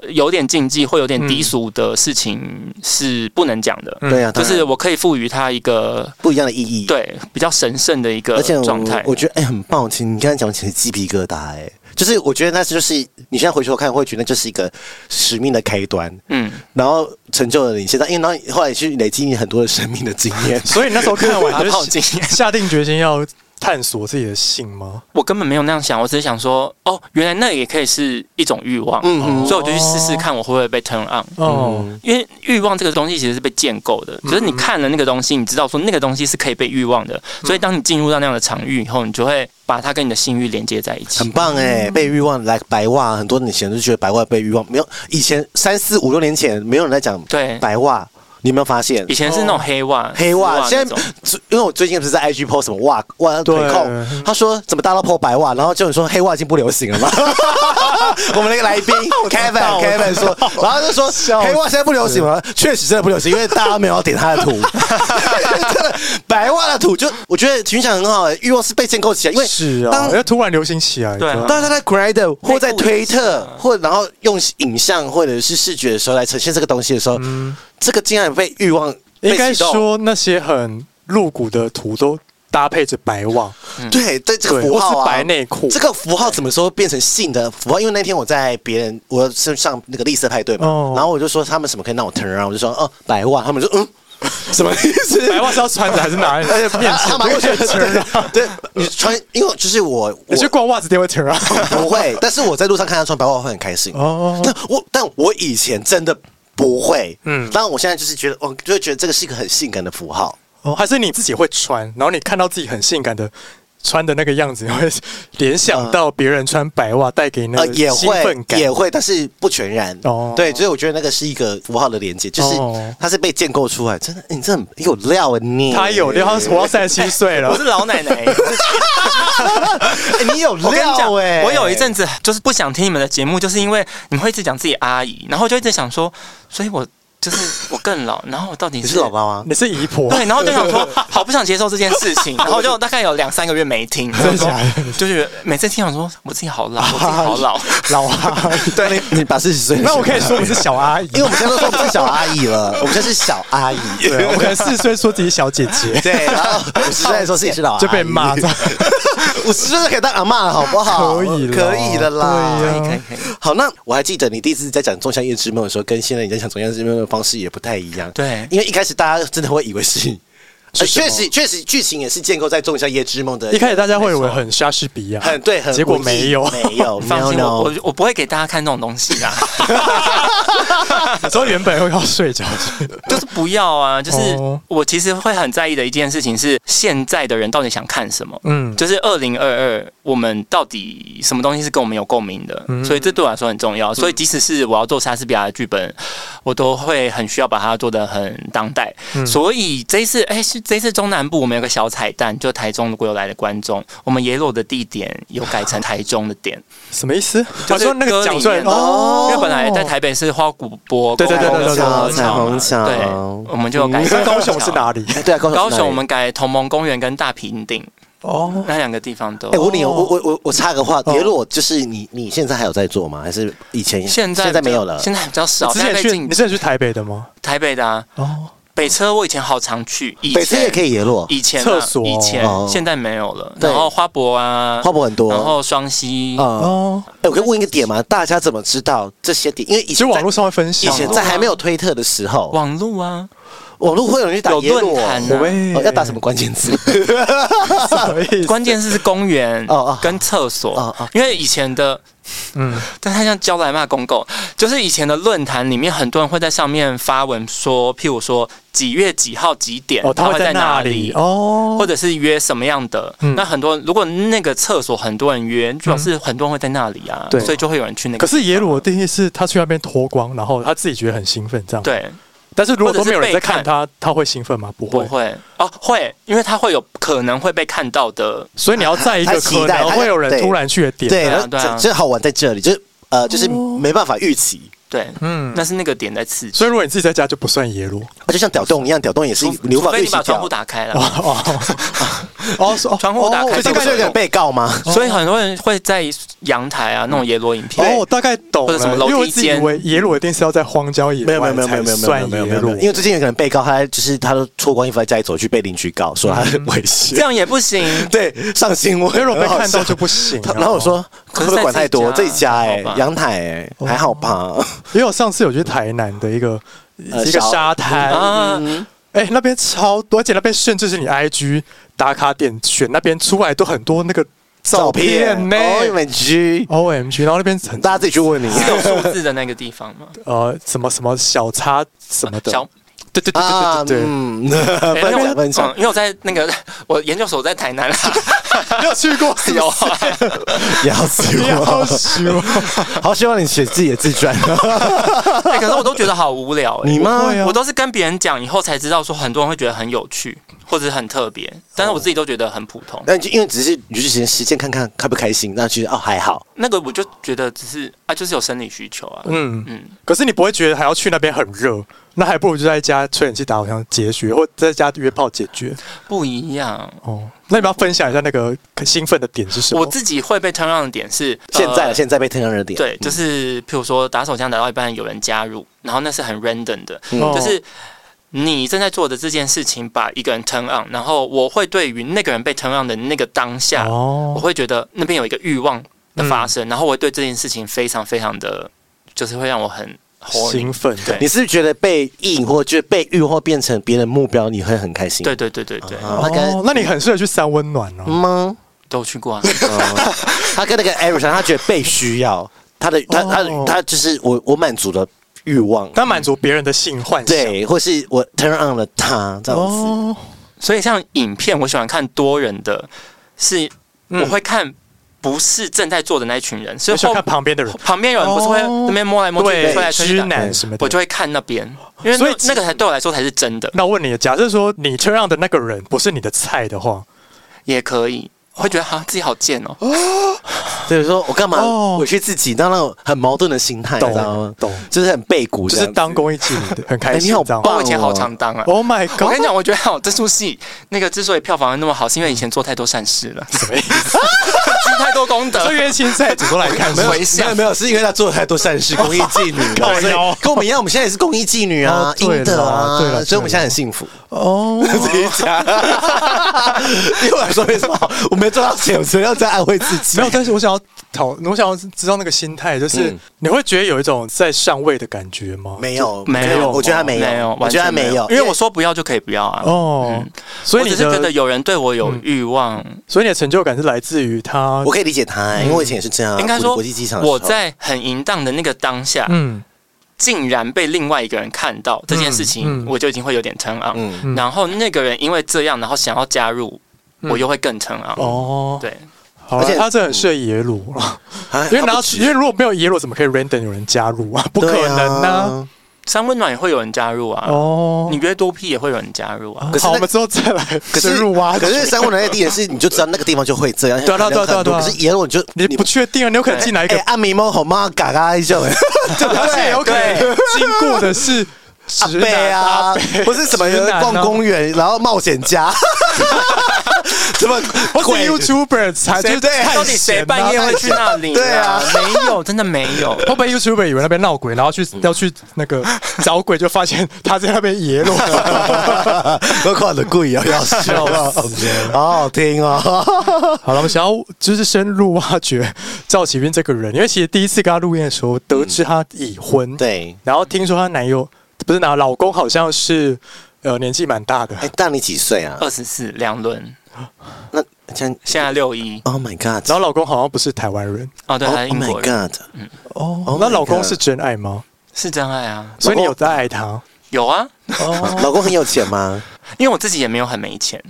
Speaker 3: 呃、有点禁忌或有点低俗的事情是不能讲的，
Speaker 1: 嗯
Speaker 2: 对啊，
Speaker 3: 就
Speaker 2: 当然
Speaker 3: 是我可以赋予它一个
Speaker 2: 不一样的意义。，
Speaker 3: 对比较神圣的一个
Speaker 2: 而且
Speaker 3: 状态
Speaker 2: 我。我觉得哎很棒，其实你刚才讲起来鸡皮疙瘩哎，就是我觉得那是就是你现在回头看会觉得这是一个使命的开端，
Speaker 3: 嗯，
Speaker 2: 然后成就了你现在，因为然后后来去累积你很多的生命的经 验
Speaker 1: 。所以你那时候看 完
Speaker 3: 啊
Speaker 1: 就
Speaker 3: 好
Speaker 1: 是
Speaker 3: 惊艳
Speaker 1: 下定决心要探索自己的性吗？
Speaker 3: 我根本没有那样想，我只是想说，哦，原来那也可以是一种欲望，
Speaker 2: 嗯
Speaker 3: 所以我就去试试看我会不会被 turn on。
Speaker 1: 哦，
Speaker 3: 因为欲望这个东西其实是被建构的，
Speaker 2: 嗯
Speaker 3: 就是你看了那个东西，你知道说那个东西是可以被欲望的，
Speaker 2: 嗯
Speaker 3: 所以当你进入到那样的场域以后，你就会把它跟你的性欲连接在一
Speaker 2: 很
Speaker 3: 起。
Speaker 2: 棒哎、
Speaker 3: 嗯
Speaker 2: 被欲望来白袜，很多人以前就觉得白袜被欲望没有，以前三四五六年前没有人在讲
Speaker 3: 对，
Speaker 2: 白袜，你有没有发现
Speaker 3: 以？前是那种黑袜、
Speaker 2: 黑袜，
Speaker 3: 丝那
Speaker 2: 现在
Speaker 3: 种
Speaker 2: 因为我最近不是在 IG post 什么袜袜腿控，他说怎么大家都 post 白袜，然后就有人说黑袜已经不流行了 嘛。我们那个来宾 Kevin Kevin 说，然后就说黑袜现在不流行了，确实真的不流行，因为大家没有要点他的图， 真的白袜的图就我觉得群享很好、欸，欲望是被建构起来，因为
Speaker 1: 是啊，
Speaker 2: 当
Speaker 1: 因为突然流行起来，
Speaker 3: 对啊
Speaker 2: 当他在 Grinder 或在
Speaker 3: 内部
Speaker 2: 推
Speaker 3: 也是
Speaker 2: 特
Speaker 3: 啊，
Speaker 2: 或然后用影像或者是视觉的时候来呈现这个东西的时候，这个竟然被欲望
Speaker 1: 嗯
Speaker 2: 被
Speaker 1: 应该
Speaker 2: 启动
Speaker 1: 说那些很露骨的图都搭配着白 袜，
Speaker 2: 对对这个
Speaker 1: 嗯对，
Speaker 2: 符
Speaker 1: 或
Speaker 2: 号
Speaker 1: 是
Speaker 2: 啊，
Speaker 1: 白内裤，
Speaker 2: 这个符号什么时候变成性的符号？因为那天我在别人，我是上那个绿色派对嘛，
Speaker 1: 哦
Speaker 2: 然后我就说他们什么可以让我 turn around，我就说哦白袜，他们就嗯 什么意思？
Speaker 1: 白袜是要穿着还是 拿在面
Speaker 2: 啊他
Speaker 1: 前？
Speaker 2: 们
Speaker 1: 我
Speaker 2: 会觉
Speaker 1: 觉
Speaker 2: 得
Speaker 1: 得 turn on
Speaker 2: 对，你穿，因为就是我，我
Speaker 1: 你去逛袜子 店会 turn on
Speaker 2: 不会，但是我在路上看他穿白袜会很开心。
Speaker 1: 哦
Speaker 2: 但我但我以前真的不会，嗯
Speaker 1: 嗯，
Speaker 2: 当然我现在就是觉得，我哦就会觉得这个是一个很性感的符号。
Speaker 1: 哦，还是你自己会穿，然后你看到自己很性感的穿的那个样子，你会联想到别人穿白袜带给你那
Speaker 2: 呃，
Speaker 1: 个
Speaker 2: 也
Speaker 1: 兴
Speaker 2: 会
Speaker 1: 奋感
Speaker 2: 也。会，但是不全然。哦
Speaker 1: 哦，
Speaker 2: 对，所以我觉得那个是一个符号的连接，就是
Speaker 1: 哦
Speaker 2: 它是被建构出来。真的，你这很有料啊，你
Speaker 1: 他有，他活 到三十七岁了
Speaker 3: 我是，老奶奶。
Speaker 2: 哎你有
Speaker 3: 我跟你 讲，
Speaker 2: 料哎。
Speaker 3: 我有一阵子就是不想听你们的节目，就是因为你们会一直讲自己阿姨，然后就一直想说，所以我就是我更老，然后我到底
Speaker 2: 你是老爸吗？
Speaker 1: 你是姨婆，
Speaker 3: 对，然后就想说， 好不想接受这件事 情，然后就大概有两三个月没听，
Speaker 1: 真的假的？
Speaker 3: 就是每次听想说我自己好老，我自己好 老，
Speaker 1: 老阿姨，
Speaker 2: 对，你你把四十岁的时
Speaker 1: 那
Speaker 2: 候，
Speaker 1: 我可以说你是小阿 姨
Speaker 2: 因为，我们现在都说我们是小阿姨了，我们现在是小阿姨。
Speaker 1: 对，啊我可能四十岁说自己小姐姐
Speaker 2: 对，然后五十岁的时候自己是老阿姨，
Speaker 1: 就被骂，
Speaker 2: 哎五十岁就可以当阿妈了，好不好？
Speaker 1: 可以啦
Speaker 2: 可以的啦。
Speaker 1: 对
Speaker 3: 可
Speaker 1: 呀
Speaker 3: 以可以可以，
Speaker 2: 好，那我还记得你第一次在讲《仲夏夜之梦》的时候，跟现在你在讲《仲夏夜之梦》的方式也不太一样。
Speaker 3: 对
Speaker 2: 因为一开始大家真的会以为是，呃
Speaker 1: 是什
Speaker 2: 确
Speaker 1: 么
Speaker 2: 实确实剧情也是建构在《仲夏夜之梦》的。
Speaker 1: 一开始大家会以为很莎士比亚，
Speaker 2: 很对，很
Speaker 1: 结果
Speaker 2: 文艺
Speaker 1: 没有
Speaker 2: 没有，
Speaker 3: 放心，
Speaker 2: no，no
Speaker 3: 我我我不会给大家看这种东西啊，
Speaker 1: 有时候原本会要睡着去，
Speaker 3: 就是不要啊，就是
Speaker 1: 哦
Speaker 3: 我其实会很在意的一件事情是，现在的人到底想看什么。
Speaker 1: 嗯，
Speaker 3: 就是二零二二，我们到底什么东西是跟我们有共鸣的？
Speaker 1: 嗯
Speaker 3: 所以这对我来说很重要。所以即使是我要做莎士比亚的剧本，我都会很需要把它做得很当代。
Speaker 1: 嗯
Speaker 3: 所以这一次，哎、是这一次中南部我们有个小彩蛋，就台中如果有来的观众，我们耶鲁的地点有改成台中的点，
Speaker 1: 什么意思？
Speaker 3: 就
Speaker 1: 他
Speaker 3: 是
Speaker 1: 说那个讲出来
Speaker 3: 歌里面的
Speaker 1: 哦，
Speaker 3: 因为本来在台北是花古波，
Speaker 1: 对对对
Speaker 3: 高
Speaker 1: 对对
Speaker 3: 雄的
Speaker 1: 对嗯
Speaker 2: 彩虹桥
Speaker 3: 对，我们就改成
Speaker 1: 那高雄是哪里？
Speaker 2: 哎对啊，高雄
Speaker 3: 高
Speaker 2: 是哪里
Speaker 3: 雄我们改同盟公园跟大平顶
Speaker 1: 哦，
Speaker 3: 那两个地方都
Speaker 2: 哎，。我问你，我我我我插个话，铁路就是你你现在还有在做吗？还是以前
Speaker 3: 现在
Speaker 2: 现在没有了？
Speaker 3: 现在比较少。
Speaker 1: 之前
Speaker 3: 现在被
Speaker 1: 去
Speaker 3: 禁
Speaker 1: 你之前去台北的吗？
Speaker 3: 台北的、啊、
Speaker 1: 哦，
Speaker 3: 北车，我以前好常去，以前
Speaker 2: 北车也可以，野路，
Speaker 3: 以前啊
Speaker 1: 厕所
Speaker 3: 以前、
Speaker 2: 哦
Speaker 3: 现在没有了。
Speaker 2: 对
Speaker 3: 然后花博啊，
Speaker 2: 花博很多
Speaker 3: 然后双溪，
Speaker 2: 啊。
Speaker 1: 哦，
Speaker 2: 哎，我可以问一个点吗？大家怎么知道这些点？因为以
Speaker 1: 其实
Speaker 2: 前在
Speaker 1: 网络上会分
Speaker 2: 以
Speaker 1: 享，
Speaker 2: 前在还没有推特的时候，
Speaker 3: 网路啊，
Speaker 2: 网络会有人去打
Speaker 3: 有
Speaker 2: 耶鲁
Speaker 3: 论坛
Speaker 2: 哦，
Speaker 3: 啊
Speaker 1: 喂
Speaker 2: 哦要打什么关键字？
Speaker 1: 什么意思？
Speaker 3: 关键是是公园
Speaker 2: 哦哦
Speaker 3: 跟厕
Speaker 2: 哦
Speaker 3: 所
Speaker 2: 哦，
Speaker 3: 因为以前的，
Speaker 1: 嗯，
Speaker 3: 但他像教来骂公狗，就是以前的论坛里面，很多人会在上面发文说，譬如说几月几号几点，
Speaker 1: 哦，他
Speaker 3: 他
Speaker 1: 会在那里哦，
Speaker 3: 或者是约什么样的？
Speaker 1: 嗯
Speaker 3: 那很多如果那个厕所很多人约，就表示很多人会在那里啊，
Speaker 1: 对
Speaker 3: 所以就会有人去那个。
Speaker 1: 可是耶鲁的定义是他去那边脱光，然后他自己觉得很兴奋这样。。
Speaker 3: 对，
Speaker 1: 但是如果说没有人在
Speaker 3: 或
Speaker 1: 看
Speaker 3: 者
Speaker 1: 他，他会兴奋吗？不
Speaker 3: 不
Speaker 1: 会。
Speaker 3: 会哦，会，因为他会有可能会被看到的。
Speaker 1: 所以你要在一
Speaker 2: 他
Speaker 1: 个
Speaker 2: 期
Speaker 1: 可
Speaker 2: 待
Speaker 1: 能
Speaker 2: 他
Speaker 1: 会有人
Speaker 2: 对
Speaker 1: 突然去的点。哦
Speaker 2: 对，
Speaker 3: 啊
Speaker 2: 然后
Speaker 3: 对啊
Speaker 2: 这这好玩在这里，就是呃，就是没办法预期，
Speaker 3: 对，
Speaker 1: 嗯
Speaker 3: 那是那个点在刺激。
Speaker 1: 所以如果你自己在家就不算野 路。
Speaker 2: 啊就像屌洞一样，屌洞也是
Speaker 3: 除
Speaker 2: 你无
Speaker 3: 除
Speaker 2: 法
Speaker 3: 非
Speaker 2: 预
Speaker 3: 你
Speaker 2: 期
Speaker 3: 把窗
Speaker 2: 屌
Speaker 3: 户。打开
Speaker 1: 哦
Speaker 3: 了，
Speaker 1: 哦 哦哦，
Speaker 3: 窗户打开
Speaker 2: 所以这
Speaker 3: 就会
Speaker 2: 个就有点被告 吗？
Speaker 3: 所以很多人会在阳台啊那种野裸影片。
Speaker 1: 哦，我大概懂
Speaker 3: 或者什么
Speaker 1: 了，
Speaker 3: 楼
Speaker 1: 因
Speaker 3: 梯
Speaker 1: 为我自己以
Speaker 3: 间
Speaker 1: 为野鲁一定是要在荒郊野
Speaker 2: 没有没
Speaker 1: 外
Speaker 2: 有没有没
Speaker 1: 才
Speaker 2: 有没有
Speaker 1: 算
Speaker 2: 没有
Speaker 1: 野
Speaker 2: 没有没
Speaker 1: 鲁
Speaker 2: 有，因。为最近有可能被告他就是他都脱光衣服在家里走去被邻居告说他是猥亵
Speaker 3: 这，样也不行，
Speaker 2: 对，上新闻，哦
Speaker 1: 因为如果嗯被看到就
Speaker 2: 很好笑。
Speaker 1: 不行啊。
Speaker 2: 他然后我说，可
Speaker 3: 可是
Speaker 2: 不可以管
Speaker 3: 在
Speaker 2: 太
Speaker 3: 自己
Speaker 2: 多？
Speaker 3: 家
Speaker 2: 自己家哎
Speaker 3: 还好吧，哦
Speaker 2: 阳台哎，还好吧？
Speaker 1: 因为我上次有去台南的一个
Speaker 2: 呃
Speaker 1: 一个
Speaker 2: 小嗯
Speaker 1: 沙滩，
Speaker 3: 啊，
Speaker 1: 哎、那边超多，而且那边甚至是你 IG 打卡点选那边出来都很多那个照片呢、
Speaker 2: 哦，你们 G，
Speaker 1: O M G，然后那边很
Speaker 2: 大家自己去 问你。
Speaker 3: 是有数字的那个地方吗？
Speaker 1: 呃什么什么小叉什么的，
Speaker 3: 小
Speaker 1: 对对对
Speaker 2: 啊，
Speaker 1: 对对对
Speaker 2: 嗯， 分
Speaker 3: 哎因为
Speaker 2: 享
Speaker 3: 我
Speaker 2: 分
Speaker 3: 嗯
Speaker 2: 享，
Speaker 3: 因为我在那个我研究所在 台南啦，啊
Speaker 1: 对，没有去过，
Speaker 3: 有
Speaker 2: 要死
Speaker 1: 你好
Speaker 2: 我！
Speaker 1: 喜欢，
Speaker 2: 好希望你写自己的自传。
Speaker 3: 哎可是我都觉得好无聊哎。
Speaker 2: 你吗
Speaker 1: 不会啊
Speaker 3: 我都是跟别人讲以后才知道，说很多人会觉得很有趣或者是很特别，但是我自己都觉得很普通。
Speaker 2: 那你就因为只是你就先实践看看开不开心，那其实哦还好。
Speaker 3: 那个我就觉得只是啊，就是有生理需求啊。
Speaker 1: 嗯
Speaker 3: 嗯，
Speaker 1: 可是你不会觉得还要去那边很热，那还不如就在家吹冷气打火枪解决，或在家约炮解决。
Speaker 3: 不一样。
Speaker 1: 哦，那你们要分享一下那个兴奋的点是什么？
Speaker 3: 我自己会被 turn on 的点是
Speaker 2: 现在
Speaker 3: 呃
Speaker 2: 现在被推上热点，嗯
Speaker 3: 对，就是譬如说打手枪打到一半有人加入，然后那是很 random 的，
Speaker 2: 嗯
Speaker 1: 哦
Speaker 3: 就是你正在做的这件事情把一个人 turn on，然后我会对于那个人被 turn on 的那个当下，我
Speaker 1: 哦，
Speaker 3: 会觉得那边有一个欲望的发
Speaker 2: 嗯
Speaker 3: 生，然后我会对这件事情非常非常的，就是会让我很欸 horny
Speaker 1: 兴奋，
Speaker 3: 对
Speaker 2: 你是不是觉得被引或就是被欲或变成别人目标，你会很开心？
Speaker 3: 对对对对对，
Speaker 2: 啊，他
Speaker 1: 哦
Speaker 2: 跟，
Speaker 1: 那你很适合去三温暖哦。
Speaker 2: 吗？
Speaker 3: 都去过啊。
Speaker 2: 他跟那个艾瑞 c 他觉得被需要，他的他
Speaker 1: 哦
Speaker 2: 他他就是我我满足了欲望，
Speaker 1: 他满足别人的性幻想。
Speaker 2: 对，或是我 turn on 了他这样子。
Speaker 1: 哦，
Speaker 3: 所以像影片，我喜欢看多人的，是
Speaker 1: 嗯
Speaker 3: 我会看不是正在做的那一群人，所
Speaker 1: 就
Speaker 3: 以
Speaker 1: 喜
Speaker 3: 后
Speaker 1: 欢看旁边的人，
Speaker 3: 旁边有人不是会
Speaker 1: 哦
Speaker 3: 那边摸来摸去、
Speaker 1: 对
Speaker 3: 推来，推去
Speaker 1: 直
Speaker 3: 的，
Speaker 1: 男什么的。
Speaker 3: 我就会看那边，因为
Speaker 1: 所
Speaker 3: 那
Speaker 1: 以
Speaker 3: 那个才对我来说才是真的，
Speaker 1: 那我问你，假设说你车上的那个人不是你的菜的话，
Speaker 3: 也可以。我会觉得哈、自己好贱哦，
Speaker 2: 所以说我干嘛
Speaker 1: 哦
Speaker 2: 委屈自己，当那种很矛盾的心态，你
Speaker 1: 懂
Speaker 2: 知道吗？
Speaker 1: 懂，
Speaker 2: 就是很背骨
Speaker 1: 就
Speaker 2: 这样
Speaker 1: 是
Speaker 2: 子，
Speaker 1: 当公益妓女的，很开
Speaker 2: 哎
Speaker 1: 心
Speaker 2: 你好
Speaker 1: 这样。
Speaker 2: 棒
Speaker 3: 我以前好
Speaker 2: 哦
Speaker 3: 常当啊。
Speaker 1: Oh my
Speaker 3: 我跟你
Speaker 1: god！
Speaker 3: 讲，我觉得 哦，这出戏那个之所以票房那么好，是因为以前做太多善事了，什么意 思？积太多功德
Speaker 1: 这，冤亲债主都来看，
Speaker 3: 没
Speaker 1: 是
Speaker 3: 有回
Speaker 2: 没有
Speaker 3: 向
Speaker 2: 没有，是因为他做了太多善事，公益妓女
Speaker 1: 靠
Speaker 2: 啊，所以
Speaker 1: 腰
Speaker 2: 跟我们一样，我们现在也是公益妓女啊
Speaker 1: 哦，对
Speaker 2: 应的
Speaker 1: 啦对啦
Speaker 2: 啊，所以我们现在很幸福。哦，自己讲， 对我来说没什么好，我没赚到钱，我只要在安慰自己
Speaker 1: 没。有，但是我想要讨，我想要知道那个心态，就是
Speaker 2: 嗯
Speaker 1: 你会觉得有一种在上位的感觉吗？
Speaker 2: 没有，
Speaker 3: 没有，
Speaker 2: 我觉得他没有，
Speaker 3: 没有，
Speaker 2: 我
Speaker 3: 完
Speaker 2: 觉
Speaker 3: 全
Speaker 2: 得他没有，
Speaker 3: 因为我说不要就可以不要啊。
Speaker 1: 哦，所
Speaker 3: 我
Speaker 1: 以你
Speaker 3: 只是觉得
Speaker 1: 的，嗯
Speaker 3: 有人对我有欲望，
Speaker 1: 所以你的成就感是来自于他
Speaker 2: 我，可以理解
Speaker 1: 嗯
Speaker 2: 他，因为我以前也是这样啊。
Speaker 3: 应该说
Speaker 2: 国际机场，
Speaker 3: 我在很淫荡的那个当下，
Speaker 1: 嗯，
Speaker 3: 竟然被另外一个人看到这件事
Speaker 1: 嗯
Speaker 3: 情
Speaker 1: 嗯，
Speaker 3: 我就已经会有点 turn on。
Speaker 2: 嗯
Speaker 1: 嗯
Speaker 3: 然后那个人因为这样，然后想要加入，我又会更 turn on。
Speaker 1: 哦，
Speaker 3: 对，
Speaker 1: 好啦，
Speaker 2: 而且
Speaker 1: 他真的很适合野鲁了。
Speaker 2: 啊
Speaker 1: 因为
Speaker 2: 他不
Speaker 1: 拿，
Speaker 2: 止
Speaker 1: 因为如果没有耶鲁，怎么可以 random 有人加入啊？不可能
Speaker 2: 对
Speaker 1: 呐、
Speaker 2: 啊。
Speaker 3: 三温暖也会有人加入啊，
Speaker 1: 哦
Speaker 3: 你，约多批也会有人加入啊。
Speaker 2: 可是
Speaker 1: 好，
Speaker 2: 那
Speaker 1: 我们之后再来
Speaker 2: 可
Speaker 1: 深
Speaker 2: 是
Speaker 1: 入挖
Speaker 2: 可
Speaker 1: 掘。
Speaker 2: 是珊瑚人的地点是，你就知道那个地方就会这样。
Speaker 1: 对啊对啊对啊对啊对啊
Speaker 2: 可是耶鲁你就
Speaker 1: 你不确定啊，你有可能进来一
Speaker 2: 哎
Speaker 1: 个，，
Speaker 2: 阿米猫好妈嘎嘎 一笑，哎对
Speaker 1: 而且有可能经过的是
Speaker 2: 阿
Speaker 1: 直
Speaker 2: 贝
Speaker 1: 男
Speaker 2: 啊
Speaker 1: 阿伯，
Speaker 2: 不是什么人逛，公园，然后冒险 家，什么
Speaker 1: 不是
Speaker 2: 鬼？
Speaker 1: YouTuber 才就
Speaker 2: 谁
Speaker 1: 是
Speaker 2: 对
Speaker 1: 探
Speaker 3: 到底谁
Speaker 1: 险啊
Speaker 3: 半夜会去那 里、
Speaker 2: 对啊，
Speaker 3: 没有，真的没有。
Speaker 1: 会不会 YouTuber 以为那边闹鬼，然后去要去那 个找鬼，就发现他在那边野路？
Speaker 2: 我看的故意要要笑， 好好听哦。
Speaker 1: 好啊了，我们想要就是深入挖掘赵启斌这个人，因为其实第一次跟他录音的时候，得知他已婚，
Speaker 2: 对，
Speaker 1: 然后听说她男友不是男友，老公好像是。呃年纪蛮大的，
Speaker 2: 哎，大你几岁啊？
Speaker 1: 呃
Speaker 3: 二十四两轮，
Speaker 2: 那这样
Speaker 3: 现在六一
Speaker 2: ，Oh my God！
Speaker 1: 然后老公好像不是台湾人
Speaker 3: 哦，对，
Speaker 2: Oh
Speaker 3: 他是英
Speaker 2: my
Speaker 3: 国人，
Speaker 2: God！
Speaker 1: 哦
Speaker 2: my
Speaker 1: 那老公
Speaker 2: God
Speaker 1: 是真爱吗？
Speaker 3: 是真爱啊，
Speaker 1: 所以你有在爱他？
Speaker 3: 有啊，
Speaker 2: 哦老公很有钱吗？
Speaker 3: 因为我自己也没有很没钱，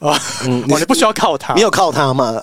Speaker 1: 啊，
Speaker 2: 嗯，
Speaker 1: 哇，你不需要靠他，
Speaker 2: 你有靠他吗？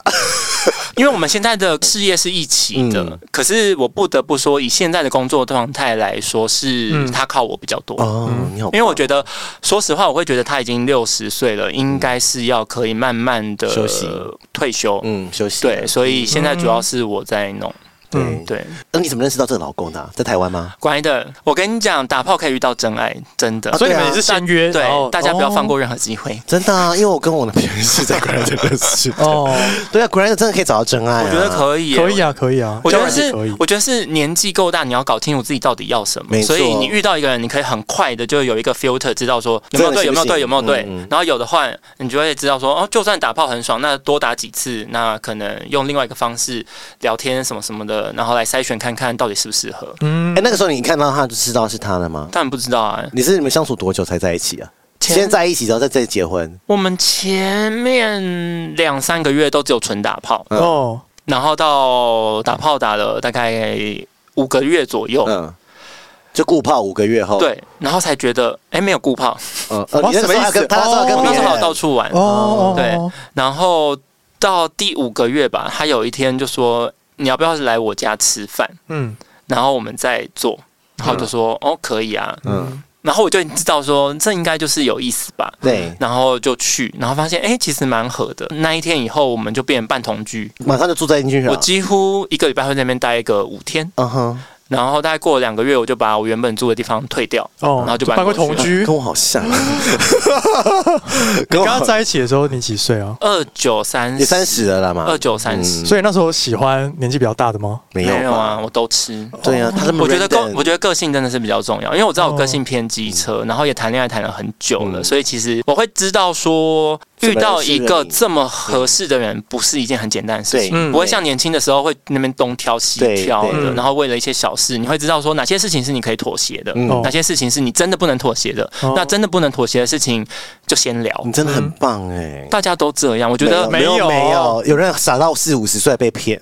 Speaker 3: 因为我们现在的事业是一起的，
Speaker 2: 嗯
Speaker 3: 可是我不得不说，以现在的工作状态来说，是
Speaker 1: 嗯
Speaker 3: 他靠我比较多。
Speaker 2: 哦，你好
Speaker 3: 因，为我觉得，说实话，我会觉得他已经六十岁了，应该是要可以慢慢的
Speaker 2: 休息
Speaker 3: 退休。
Speaker 2: 嗯，休息。
Speaker 3: 对，所以现在主要是我在弄。
Speaker 1: 嗯
Speaker 2: 对，
Speaker 3: 对，
Speaker 2: 那你怎么认识到这个老公的啊？在台湾吗？
Speaker 3: 乖的，我跟你讲，打炮可以遇到真爱，真的。
Speaker 2: 啊
Speaker 1: 所以你
Speaker 2: 对
Speaker 1: 们也是先约，然后哦
Speaker 3: 对，大家不要放过任何机会。
Speaker 2: 真的啊，因为我跟我的朋友是在国然真认 识的。
Speaker 1: 哦，哦
Speaker 2: 对啊，果然真的可以找到真爱、啊。
Speaker 3: 我觉得可以耶，
Speaker 1: 可以啊，可以啊，
Speaker 3: 我觉
Speaker 1: 交
Speaker 3: 得
Speaker 1: 往
Speaker 3: 是
Speaker 1: 也可以，。
Speaker 3: 我觉得是年纪够大，你要搞清楚自己到底要什么
Speaker 2: 没。错
Speaker 3: 所以你遇到一个人，你可以很快的就有一个 filter，知道说有没有
Speaker 2: 真
Speaker 3: 对，
Speaker 2: 的行
Speaker 3: 有
Speaker 2: 不
Speaker 3: 没有
Speaker 2: 行
Speaker 3: 对，有没有对
Speaker 2: 嗯嗯。
Speaker 3: 然后有的话，你就会知道说，哦，就算打炮很爽，那多打几次，那可能用另外一个方式聊天什么什么的，然后来筛选看看到底适不适合。
Speaker 1: 嗯
Speaker 2: 哎、，那个时候你看到他就知道是他了吗？
Speaker 3: 但不知道啊，
Speaker 2: 你是你们相处多久才在一起啊？
Speaker 3: 前
Speaker 2: 先在一起，然后再再结婚。
Speaker 3: 我们前面两三个月都只有纯打炮，
Speaker 2: 嗯
Speaker 1: 哦，
Speaker 3: 然后到打炮打了大概五个月左右，
Speaker 2: 嗯，就顾泡五个月后。，
Speaker 3: 对，然后才觉得哎没有顾炮，
Speaker 2: 嗯，呃、
Speaker 1: 哇
Speaker 2: 你那时候
Speaker 1: 什么
Speaker 2: 还
Speaker 1: 意
Speaker 2: 跟
Speaker 1: 思
Speaker 2: 他那时候还跟
Speaker 3: 我
Speaker 2: 别
Speaker 3: 那时
Speaker 2: 人。嗯
Speaker 3: 候还有到处玩，
Speaker 1: 哦，
Speaker 3: 嗯对
Speaker 1: 哦
Speaker 3: 然后到第五个月吧，他有一天就说你要不要来我家吃饭，
Speaker 1: 嗯
Speaker 3: 然后我们再做，然后我就说、哦可以啊，
Speaker 2: 嗯，
Speaker 3: 然后我就知道说这应该就是有意思吧。
Speaker 2: 对，
Speaker 3: 然后就去，然后发现哎、其实蛮合的。那一天以后，我们就变成半同居。
Speaker 2: 马上就住在进去了。
Speaker 3: 我几乎一个礼拜会在那边待个五天，
Speaker 2: 啊嗯哼，
Speaker 3: 然后大概过了两个月，我就把我原本住的地方退掉，
Speaker 1: 哦，
Speaker 3: 然后就搬
Speaker 1: 搬过
Speaker 3: 过去
Speaker 1: 同居。
Speaker 2: 跟我好像啊，跟
Speaker 1: 跟
Speaker 2: 我
Speaker 1: 他
Speaker 2: 好
Speaker 1: 在一起的时候你几岁啊？
Speaker 3: 二九三
Speaker 2: 也三十了啦嘛。
Speaker 3: 二九三十，
Speaker 2: 嗯
Speaker 1: 所以那时候喜欢年纪比较大的吗？
Speaker 2: 没
Speaker 3: 没
Speaker 2: 有吧
Speaker 3: 有啊，？我都吃。
Speaker 2: 对啊，他这么
Speaker 3: 我觉得
Speaker 2: random
Speaker 3: 个我觉得个性真的是比较重要，因为我知道我个性偏机车，然后也谈恋爱谈了很久了，
Speaker 2: 嗯
Speaker 3: 所以其实我会知道说
Speaker 2: 怎么
Speaker 3: 遇到一个
Speaker 2: 适合你
Speaker 3: 这么合适的人不是一件很简单的事
Speaker 2: 对
Speaker 3: 情，
Speaker 1: 嗯
Speaker 3: 不会像年轻的时候会那边东挑西
Speaker 2: 对
Speaker 3: 挑
Speaker 2: 对
Speaker 3: 的，
Speaker 1: 嗯
Speaker 3: 然后为了一些小事，你会知道说哪些事情是你可以妥协的，
Speaker 2: 嗯
Speaker 1: 哦
Speaker 3: 哪些事情是你真的不能妥协的。
Speaker 1: 哦
Speaker 3: 那真的不能妥协的事情就先聊
Speaker 2: 你，真的很
Speaker 3: 嗯
Speaker 2: 棒哎、
Speaker 3: 大家都这样，我觉得
Speaker 1: 没
Speaker 2: 嗯没有
Speaker 1: 有
Speaker 2: 没有，有人傻到四五十岁被骗，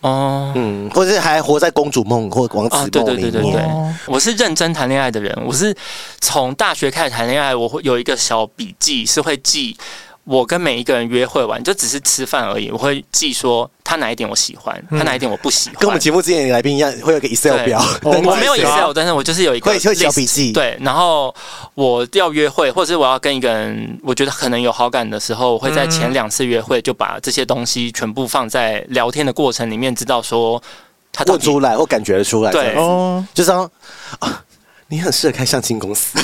Speaker 3: 哦。
Speaker 2: 嗯，或者是还活在公主梦或王子
Speaker 3: 啊
Speaker 2: 梦里面。
Speaker 3: 对对对对对
Speaker 1: 哦
Speaker 3: 我是认真谈恋爱的人，我是从大学开始谈恋爱，我会有一个小笔记，是会记我跟每一个人约会完，就只是吃饭而已，我会记说他哪一点我喜欢，他哪一嗯点我不喜欢。
Speaker 2: 跟我们节目之前的来宾一样，会有一个 Excel
Speaker 3: 对
Speaker 2: 表。
Speaker 1: 哦
Speaker 2: 但
Speaker 3: 我没有
Speaker 1: 也是啊
Speaker 3: Excel，但是我就是有一个
Speaker 2: 会会小
Speaker 3: list，
Speaker 2: 笔记
Speaker 3: 对，然后我要约会，或者是我要跟一个人，我觉得可能有好感的时候，我会在前两次约会就把这些东西全部放在聊天的过程里面，知道说他到
Speaker 2: 问
Speaker 3: 底
Speaker 2: 出来或感觉得出来，
Speaker 3: 对
Speaker 2: 这样
Speaker 1: 哦，
Speaker 2: 就是说、啊，你很适合开相亲公 司，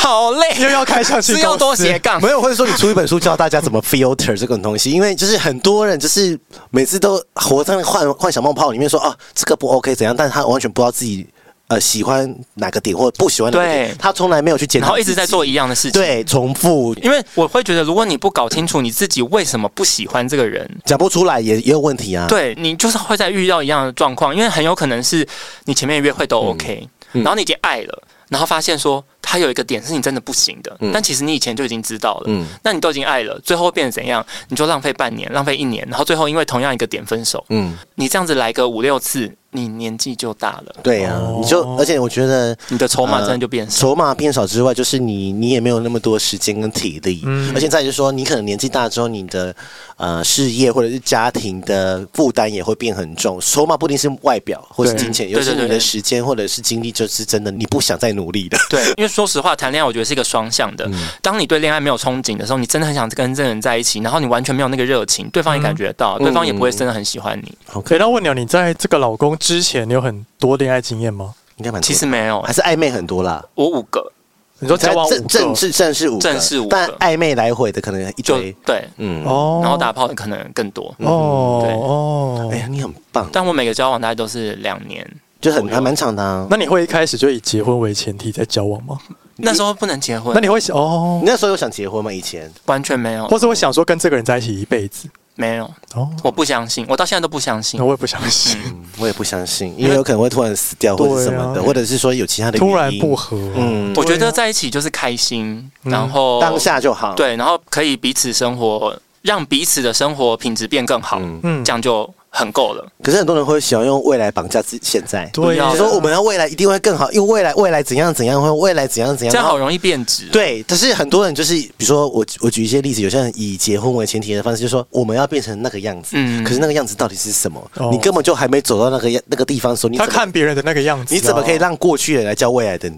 Speaker 3: 好累，
Speaker 1: 又要开上去
Speaker 3: 是要多斜杠。
Speaker 2: 没有，或者说你出一本书教大家怎么 filter 这种东西，因为就是很多人就是每次都活在那个幻幻想梦泡里面说，啊，这个不 OK 怎样，但是他完全不知道自己呃喜欢哪个点或者不喜欢哪个点
Speaker 3: 对，
Speaker 2: 他从来没有去检讨，
Speaker 3: 然后一直在做一样的事情。
Speaker 2: 对重复。
Speaker 3: 因为我会觉得，如果你不搞清楚你自己为什么不喜欢这个人，
Speaker 2: 讲不出来也也有问题啊，
Speaker 3: 对你就是会在遇到一样的状况，因为很有可能是你前面约会都 OK，、
Speaker 2: 嗯
Speaker 3: 然后你已经爱了，然后发现说他有一个点是你真的不行的，但其实你以前就已经知道了，
Speaker 2: 嗯
Speaker 3: 那你都已经爱了，最后会变成怎样？你就浪费半年，浪费一年，然后最后因为同样一个点分手，
Speaker 2: 嗯，
Speaker 3: 你这样子来个五六次，你年纪就大了，
Speaker 2: 对啊，
Speaker 1: 哦
Speaker 2: 你就而且我觉得
Speaker 3: 你的筹
Speaker 2: 呃
Speaker 3: 码真的就变少。
Speaker 2: 筹码变少之外，就是你你也没有那么多时间跟体力，而且再就是说，你可能年纪大之后，你的呃事业或者是家庭的负担也会变很重。筹码不一定是外表或是
Speaker 1: 对
Speaker 2: 金钱，
Speaker 3: 嗯
Speaker 2: 有时
Speaker 3: 对对对
Speaker 2: 你
Speaker 3: 对
Speaker 2: 的时间或者是精力，就是真的你不想再努力的。
Speaker 3: 对，因为说实话，谈恋爱我觉得是一个双向的。当你对恋爱没有憧憬的时候，你真的很想跟这个人在一起，然后你完全没有那个热情，对方也感觉到，对方也不会真的很喜欢你。
Speaker 1: 可以，那问鸟，你在这个老公之前，你有很多恋爱经验吗？
Speaker 2: 应该蛮多的
Speaker 3: 其实没有
Speaker 2: 还，是暧昧很多啦，
Speaker 3: 我五个
Speaker 1: 你说交往五
Speaker 2: 正正
Speaker 1: 个
Speaker 2: 式正式五个，
Speaker 3: 正式五个
Speaker 2: 但暧昧来回的可能一
Speaker 3: 就
Speaker 2: 堆，
Speaker 3: 对，
Speaker 2: 嗯，
Speaker 1: 哦嗯
Speaker 3: 然后打炮的可能更多。对
Speaker 1: 哦
Speaker 2: 哎
Speaker 1: 哦，
Speaker 2: 呀，你很棒，
Speaker 3: 但我每个交往大概都是两年，
Speaker 2: 就很还蛮长的啊。
Speaker 1: 那你会一开始就以结婚为前提在交往吗？
Speaker 3: 那时候不能结婚
Speaker 1: 那，你会想哦
Speaker 2: 你，那时候有想结婚吗？以前
Speaker 3: 完全没有
Speaker 1: 或，是会想说跟这个人在一起一辈子？
Speaker 3: 没有，
Speaker 1: 哦，
Speaker 3: 我不相信，我到现在都不相信
Speaker 1: 那。我也不相信。
Speaker 2: 我也不相信，因为有可能会突然死掉或者什么的，
Speaker 1: 对啊
Speaker 2: 或者是说有其他 的
Speaker 1: 突然
Speaker 2: 原因
Speaker 1: 不合，嗯，
Speaker 2: 嗯，
Speaker 3: 我
Speaker 1: 对
Speaker 3: 觉
Speaker 1: 啊
Speaker 3: 得在一起就是开心，
Speaker 1: 嗯
Speaker 3: 然后
Speaker 2: 当下就好。，
Speaker 3: 对，然后可以彼此生活，让彼此的生活品质变更好，
Speaker 2: 嗯
Speaker 1: 嗯
Speaker 3: 这样就很够了。
Speaker 2: 可是很多人会喜欢用未来绑架自己现在。
Speaker 1: 对啊
Speaker 3: 不
Speaker 1: 呀
Speaker 3: 要
Speaker 2: 他，说我们要未来一定会更好，因为未来未来怎样怎样，会未来怎样怎样。
Speaker 3: 这样
Speaker 2: 然后
Speaker 3: 好容易变质。，
Speaker 2: 对，但是很多人就是，比如说我我举一些例子，有些人以结婚为前提的方式，就说我们要变成那个样子，
Speaker 3: 嗯
Speaker 2: 可是那个样子到底是什么？
Speaker 1: 哦
Speaker 2: 你根本就还没走到那个样那个地方的时候，你
Speaker 1: 他
Speaker 2: 怎么
Speaker 1: 看别人的那个样子啊，
Speaker 2: 你怎么可以让过去的人来教未来的你？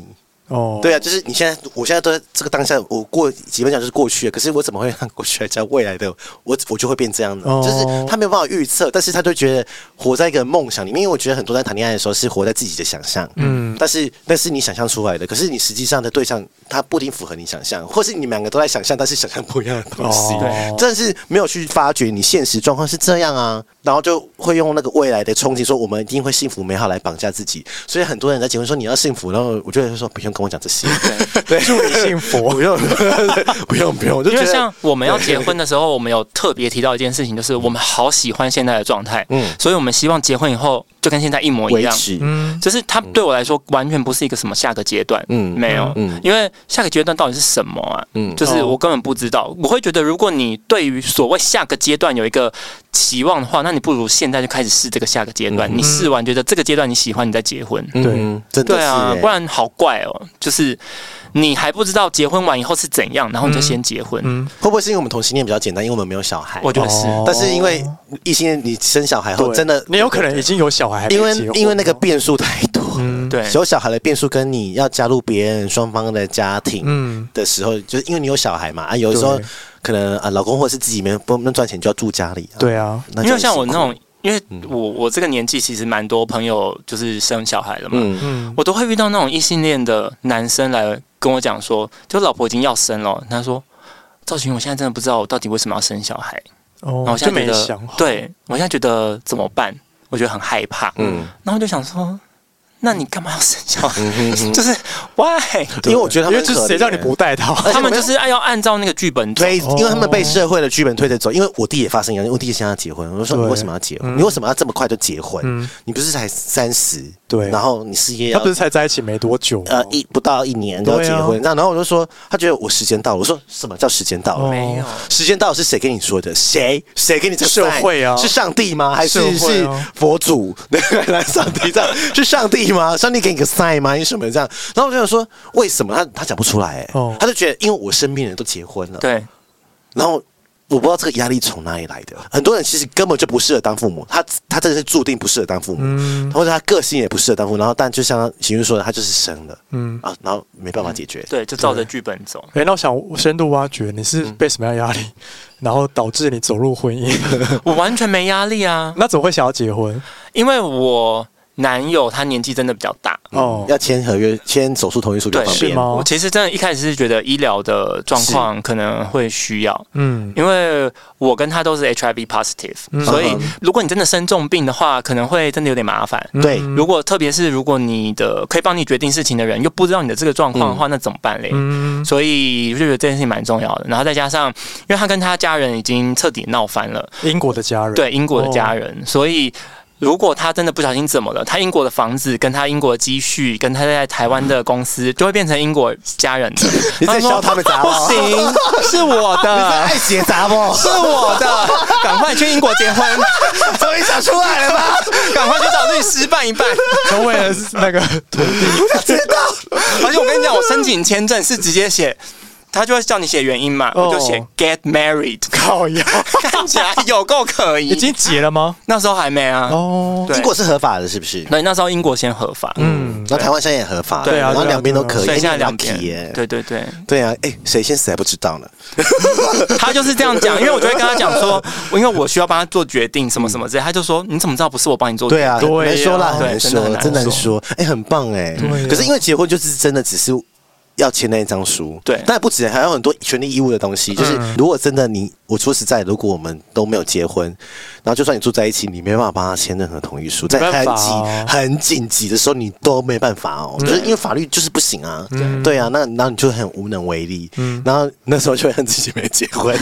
Speaker 1: 哦？
Speaker 2: 对啊，就是你现在，我现在都在这个当下，我过基本讲就是过去了，可是我怎么会让过去来教未来的我？我就会变这样呢？
Speaker 1: 哦
Speaker 2: 就是他没有办法预测，但是他就觉得活在一个梦想里面。因为我觉得很多人在谈恋爱的时候是活在自己的想象，嗯，但是那是你想象出来的，可是你实际上的对象他不一定符合你想象，或是你们两个都在想象，但是想象不一样的东西。
Speaker 1: 哦
Speaker 3: 对
Speaker 2: 但是没有去发觉你现实状况是这样啊，然后就会用那个未来的憧憬说我们一定会幸福美好来绑架自己，所以很多人在结婚说你要幸福，然后我就会说不用跟我讲这 些，对，
Speaker 1: 祝你幸 福
Speaker 2: 不用不用不用，我就
Speaker 3: 因
Speaker 2: 觉
Speaker 3: 为
Speaker 2: 得
Speaker 3: 像我们要结婚的时候，我们有特别提到一件事情，就是我们好喜欢现在的状态，
Speaker 2: 嗯
Speaker 3: 嗯，所以我们希望结婚以后就跟现在一模一
Speaker 2: 维
Speaker 3: 样。
Speaker 2: 持，
Speaker 1: 嗯，
Speaker 3: 就是它对我来说完全不是一个什么下个阶段，
Speaker 2: 嗯
Speaker 3: 嗯，没有，
Speaker 2: 嗯
Speaker 3: 因为下个阶段到底是什么啊？
Speaker 2: 嗯
Speaker 3: 嗯，就是我根本不知道。我会觉得，如果你对于所谓下个阶段有一个期望的话，那你不如现在就开始试这个下个阶段。你试完觉得这个阶段你喜欢，你再结婚。
Speaker 2: 嗯
Speaker 1: 对
Speaker 2: 嗯真的
Speaker 3: 对
Speaker 2: 是
Speaker 3: 啊，
Speaker 2: 欸
Speaker 3: 不然好怪哦。就是你还不知道结婚完以后是怎样，然后你就先结婚。
Speaker 1: 嗯
Speaker 2: 会不会是因为我们同性恋比较简单，因为我们没有小孩，
Speaker 3: 我觉得是，
Speaker 1: 哦
Speaker 2: 但是因为异性恋你生小孩后
Speaker 1: 对，
Speaker 2: 哦真的
Speaker 1: 你有可能已经有小孩，还没
Speaker 2: 因为
Speaker 1: 结婚嗯
Speaker 2: 因为那个变数太多了，
Speaker 3: 对，
Speaker 2: 有小孩的变数跟你要加入别人双方的家庭，
Speaker 1: 嗯，
Speaker 2: 的时候，就是因为你有小孩嘛，啊，有时候
Speaker 1: 对
Speaker 2: 可能啊，老公或者是自己没不能赚钱，就要住家里、啊。，
Speaker 1: 对啊，
Speaker 2: 那就
Speaker 3: 因为像我
Speaker 2: 很嗯
Speaker 3: 那
Speaker 2: 辛苦，
Speaker 3: 种，因为我我这个年纪其实蛮多朋友就是生小孩了嘛，
Speaker 2: 嗯，
Speaker 1: 嗯，
Speaker 3: 我都会遇到那种异性恋的男生来跟我讲说，就老婆已经要生了，他说。赵群，我现在真的不知道我到底为什么要生小孩，然后
Speaker 1: 哦
Speaker 3: 我，现
Speaker 1: 就
Speaker 3: 在
Speaker 1: 没
Speaker 3: 觉得
Speaker 1: 想，好，
Speaker 3: 对我现在觉得怎么办？我觉得很害怕，
Speaker 2: 嗯
Speaker 3: 嗯，然后我就想说，那你干嘛要生小孩？
Speaker 2: 嗯哼
Speaker 3: 就是 why？
Speaker 2: 因为我觉得他
Speaker 1: 因为
Speaker 2: 们
Speaker 1: 就是
Speaker 2: 很可
Speaker 1: 谁叫你
Speaker 2: 怜
Speaker 1: 不带套？
Speaker 2: 而且
Speaker 3: 他
Speaker 2: 我
Speaker 3: 们
Speaker 2: 没
Speaker 3: 就是要按照那个剧本走，
Speaker 2: 推，
Speaker 1: 哦
Speaker 2: 因为他们被社会的剧本推着走。因为我弟也发生一样，我弟也现在要结婚，我就说
Speaker 1: 对
Speaker 2: 你为什么要结婚？
Speaker 1: 嗯
Speaker 2: 你为什么要这么快就结婚？
Speaker 1: 嗯
Speaker 2: 你不是才三十？
Speaker 1: 对
Speaker 2: 然后你事业
Speaker 1: 他
Speaker 2: 要
Speaker 1: 不是才在一起没多久吗，
Speaker 2: 呃一不到一年就要
Speaker 1: 对
Speaker 2: 结
Speaker 1: 啊
Speaker 2: 婚，那然后我就说他觉得我时间到了，我说什么叫时间到了？
Speaker 1: 哦
Speaker 3: 没有，
Speaker 2: 时间到底是谁跟你说的？谁谁给你这个
Speaker 1: 社
Speaker 2: sign？
Speaker 1: 会啊
Speaker 2: 是上帝吗？还是、
Speaker 1: 社会
Speaker 2: 是
Speaker 1: 啊
Speaker 2: 佛祖？ 来上帝这样是上帝吗？上帝给你个 sign 吗？你什么这样？然后我就想说，为什么他他讲不出来、欸？
Speaker 1: 哦
Speaker 2: 他就觉得因为我身边人都结婚了，，
Speaker 3: 对，
Speaker 2: 然后。我不知道这个压力从哪里来的，很多人其实根本就不适合当父母，他他真的是注定不适合当父母，
Speaker 1: 嗯
Speaker 2: 或者他个性也不适合当父母。然后，但就像邢云说的，他就是生了
Speaker 1: 嗯。
Speaker 2: 啊，然后没办法解决。
Speaker 3: 对，就照着剧本走。
Speaker 1: 哎、那我想深度挖掘，你是被什么样的压力，然后导致你走入婚姻？
Speaker 3: 我完全没压力啊，
Speaker 1: 那怎么会想要结婚？
Speaker 3: 因为我男友他年纪真的比较大，
Speaker 1: 哦，
Speaker 2: 嗯要签合约，签手术同意书比较
Speaker 3: 对，
Speaker 2: 方
Speaker 1: 是
Speaker 2: 便。
Speaker 1: 吗
Speaker 3: 我其实真的一开始是觉得医疗的状况可能会需要。
Speaker 1: 嗯，
Speaker 3: 因为我跟他都是 HIV positive，、
Speaker 1: 嗯
Speaker 3: 所以
Speaker 2: 嗯
Speaker 3: 如果你真的生重病的话，可能会真的有点麻烦。
Speaker 2: 对
Speaker 1: 嗯
Speaker 3: 如果特别是如果你的可以帮你决定事情的人又不知道你的这个状况的话，那怎么办嘞？
Speaker 1: 嗯，
Speaker 3: 所以我就觉得这件事情蛮重要的。然后再加上，因为他跟他家人已经彻底闹翻了，
Speaker 1: 英国的家人，
Speaker 3: 对英国的家人，
Speaker 2: 哦
Speaker 3: 所以如果他真的不小心怎么了，他英国的房子跟他英国的积蓄跟他在台湾的公司就会变成英国家人的。
Speaker 2: 你在笑他们哦杂
Speaker 3: 不
Speaker 2: 吗？
Speaker 3: 行，是我 的，
Speaker 2: 爱结杂不？
Speaker 3: 是我的，赶快去英国结婚，
Speaker 2: 终于想出来了吧？
Speaker 3: 赶快去找律师办一办。
Speaker 1: 都为了那个土地，
Speaker 2: 知道，
Speaker 3: 而且我跟你讲，我申请签证是直接写。他就会叫你写原因嘛，
Speaker 1: 哦
Speaker 3: 我就写 get married，
Speaker 1: 靠呀，
Speaker 3: 看起来有够可疑。
Speaker 1: 已经结了吗？
Speaker 3: 那时候还没啊，
Speaker 1: 哦，
Speaker 3: 对
Speaker 2: 英国是合法的，是不是？
Speaker 3: 对，那时候英国先合法，嗯，
Speaker 1: 嗯，
Speaker 2: 那台湾现在也合法，
Speaker 1: 对啊
Speaker 2: 然后
Speaker 1: 对啊
Speaker 2: 两边都可以，
Speaker 3: 所以现在
Speaker 2: 哎
Speaker 3: 两
Speaker 2: 你很 lucky 耶
Speaker 3: 边，对对对，
Speaker 2: 对啊，哎，谁先死还不知道呢？
Speaker 3: 他就是这样讲，因为我就会跟他讲说，因为我需要帮他做决定什么什么之类，他就说你怎么知道不是我帮你做决
Speaker 2: 对
Speaker 3: 定？
Speaker 2: 啊，
Speaker 1: 对
Speaker 2: 很
Speaker 1: 啊
Speaker 2: 难说啦，很难
Speaker 3: 对真的
Speaker 2: 说，
Speaker 3: 很难
Speaker 2: 真难说，哎，很棒哎
Speaker 1: 对啊。
Speaker 2: 可是因为结婚就是真的只是要签那一张书。
Speaker 3: 对
Speaker 2: 但不止，还有很多权利义务的东西。就是
Speaker 1: 嗯
Speaker 2: 如果真的你，我说实在，如果我们都没有结婚，然后就算你住在一起，你没办法帮他签任何同意书，在
Speaker 1: 没
Speaker 2: 很
Speaker 1: 办法
Speaker 2: 紧、
Speaker 1: 哦
Speaker 2: 很紧急的时候，你都没办法哦，就是因为法律就是不行啊。
Speaker 1: 嗯
Speaker 2: 对啊，那然后你就很无能为力。
Speaker 1: 嗯
Speaker 2: 然后那时候就会恨自己没结 婚，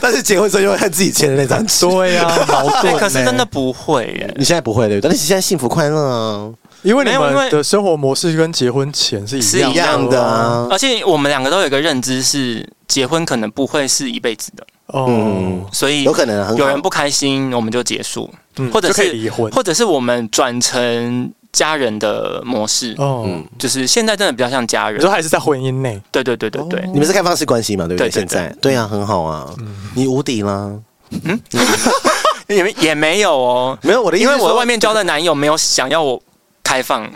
Speaker 2: 但是结婚之后又会恨自己签的那张纸。
Speaker 1: 对呀、矛
Speaker 3: 对，
Speaker 1: 盾。
Speaker 3: 哎
Speaker 1: 欸
Speaker 3: 可是真的，不会耶。
Speaker 2: 你现在不会对不对？但是现在幸福快乐啊，
Speaker 1: 因为你
Speaker 3: 没有因为
Speaker 1: 们的生活模式跟结婚前是一
Speaker 3: 是
Speaker 1: 样
Speaker 2: 一样的
Speaker 1: 嗯
Speaker 2: 啊。
Speaker 3: 而且我们两个都有一个认知是，结婚可能不会是一辈子的，
Speaker 1: 哦，
Speaker 2: 嗯
Speaker 3: 所以
Speaker 2: 有可能啊很好
Speaker 3: 有人不开心，我们就结束，
Speaker 1: 嗯
Speaker 3: 或者
Speaker 1: 就可以
Speaker 3: 是
Speaker 1: 离婚
Speaker 3: 或者是我们转成家人的模式，
Speaker 1: 哦，
Speaker 2: 嗯
Speaker 3: 就是现在真的比较像家
Speaker 1: 你
Speaker 3: 人
Speaker 1: 说。哦还是在婚姻内，
Speaker 3: 对对对对对，
Speaker 2: 你们是开放式关系嘛？对不对？
Speaker 3: 对对
Speaker 2: 现在对啊，很好啊，你无敌啦。
Speaker 3: 也没也没有哦，
Speaker 2: 没有我的意
Speaker 3: 因
Speaker 2: 思
Speaker 3: 为
Speaker 2: 是说，
Speaker 3: 我外面交的男友没有想要我开放，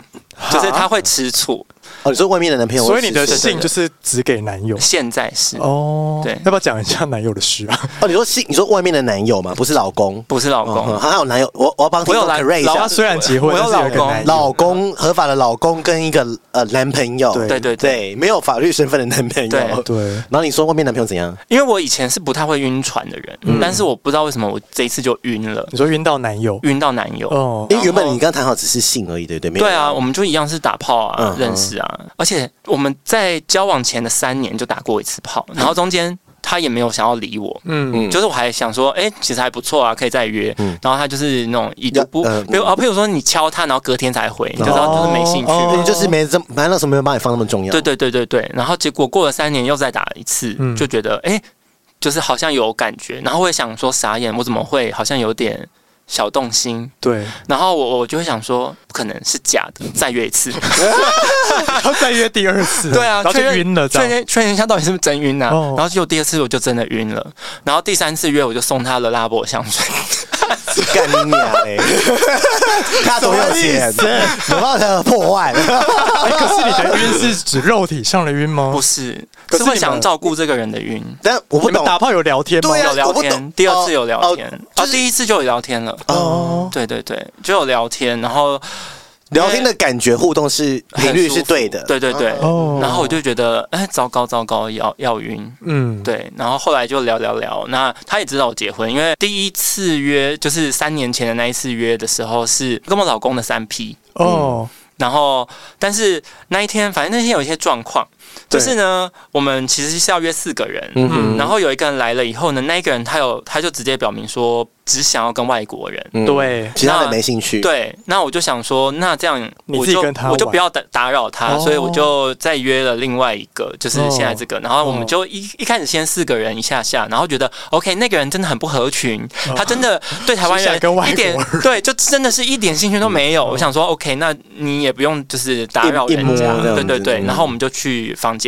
Speaker 3: 就是他会吃醋。
Speaker 2: 哦，你说外面的男朋友，
Speaker 1: 所以你的
Speaker 2: 我是
Speaker 1: 信就是只给男友
Speaker 3: 现在是
Speaker 1: 哦。
Speaker 3: 对
Speaker 1: 要不要讲一下男友的事 啊？
Speaker 2: 哦，你说信，你说外面的男友嘛，不是老公。
Speaker 3: 不是老公？
Speaker 1: 哦
Speaker 2: 嗯还有男友，我我要帮
Speaker 3: 我有
Speaker 2: 听众
Speaker 3: 来
Speaker 2: correct 一
Speaker 3: 老
Speaker 2: 下
Speaker 1: 他，虽然结婚，
Speaker 3: 我有
Speaker 1: 但是有一个
Speaker 3: 老公
Speaker 1: 男友
Speaker 2: 老公合法的老公跟一个呃男朋友，
Speaker 1: 对
Speaker 3: 对对对，
Speaker 2: 对，没有法律身份的男朋友。
Speaker 3: 对
Speaker 1: 对
Speaker 2: 然后你说外面男朋友怎样？
Speaker 3: 因为我以前是不太会晕船的人，
Speaker 1: 嗯
Speaker 3: 但是我不知道为什么我这一次就晕了，
Speaker 1: 你说晕到男友
Speaker 3: 晕到男友。
Speaker 1: 嗯哦，
Speaker 2: 因为原本你刚谈好只是性而已，对不对？没有
Speaker 3: 对啊，我们就一样是打炮啊，
Speaker 2: 嗯嗯
Speaker 3: 认识啊，而且我们在交往前的三年就打过一次炮，然后中间他也没有想要理我。
Speaker 1: 嗯
Speaker 2: 嗯
Speaker 3: 就是我还想说，哎、其实还不错啊，可以再约。
Speaker 2: 嗯
Speaker 3: 然后他就是那种已读不，
Speaker 2: 要呃
Speaker 3: 比如啊，譬如说你敲他，然后隔天才回，你就知道就是没兴趣。
Speaker 1: 哦
Speaker 2: 对，就是没这，反正那时候没有把你放那么重要。
Speaker 3: 对对对对对，然后结果过了三年又再打一次，
Speaker 1: 嗯
Speaker 3: 就觉得哎、诶就是好像有感觉，然后会想说傻眼，我怎么会好像有点小动心？
Speaker 1: 对，
Speaker 3: 然后我我就会想说，不可能是假的，再约一次。
Speaker 1: 然后再约第二 次，
Speaker 3: 对啊，
Speaker 1: 然后就
Speaker 3: 确认
Speaker 1: 晕了，这
Speaker 3: 确
Speaker 1: 样
Speaker 3: 认确认一下到底是不是真晕啊？
Speaker 1: 哦
Speaker 3: 然后就第二次我就真的晕了，然后第三次约我就送他了拉伯香水，
Speaker 2: 干你娘嘞！ 他多有钱，我把他破坏。
Speaker 1: 哎可是你的晕是指肉体上的晕吗？
Speaker 3: 不是，
Speaker 1: 哦可是
Speaker 3: 是
Speaker 1: 你
Speaker 3: 会想
Speaker 1: 们
Speaker 3: 照顾这个人的晕。
Speaker 2: 但我不
Speaker 1: 你们
Speaker 2: 懂，
Speaker 1: 打炮有聊天吗？
Speaker 2: 对啊
Speaker 3: 有聊
Speaker 2: 我不
Speaker 3: 天
Speaker 2: 懂，
Speaker 3: 第二次有聊
Speaker 2: 哦
Speaker 3: 天，
Speaker 2: 哦
Speaker 3: 哦，
Speaker 2: 就是
Speaker 3: 第一次就有聊天了。嗯
Speaker 1: 哦，
Speaker 3: 对对对，就有聊天，然后
Speaker 2: 聊天的感觉互动是频率是对的，
Speaker 3: 对对对，
Speaker 1: 哦
Speaker 3: 然后我就觉得，哎，糟糕糟糕，要要晕。
Speaker 1: 嗯，
Speaker 3: 对，然后后来就聊聊聊，那他也知道我结婚，因为第一次约就是三年前的那一次约的时候是跟我老公的三 P，
Speaker 1: 哦，
Speaker 3: 然后但是那一天反正那天有一些状况，就是呢，我们其实是要约四个人，
Speaker 2: 嗯哼
Speaker 3: 然后有一个人来了以后呢，那一个人他有他就直接表明说只想要跟外国人，
Speaker 2: 嗯，
Speaker 1: 对，
Speaker 2: 其他的没兴趣。，
Speaker 3: 对，那我就想说，那这样
Speaker 1: 你
Speaker 3: 我
Speaker 1: 自己
Speaker 3: 就
Speaker 1: 跟他
Speaker 3: 我就
Speaker 1: 玩
Speaker 3: 不要打打扰他，
Speaker 1: 哦
Speaker 3: 所以我就再约了另外一个，就是现在这个。然
Speaker 1: 哦
Speaker 3: 后我们就一一开始先四个人一下下，然后觉得 OK，那个人真的很不合群，他真的对台湾
Speaker 1: 哦只想
Speaker 3: 人
Speaker 1: 跟外
Speaker 3: 一点
Speaker 1: 国嗯
Speaker 3: 对，就真的是一点兴趣都没有。我想说 OK，那你也不用就是打扰
Speaker 2: 一一
Speaker 3: 人
Speaker 2: 摸
Speaker 3: 家
Speaker 2: 这，样
Speaker 3: 对对
Speaker 2: 子
Speaker 3: 对。
Speaker 2: 嗯
Speaker 3: 然后我们就去房间。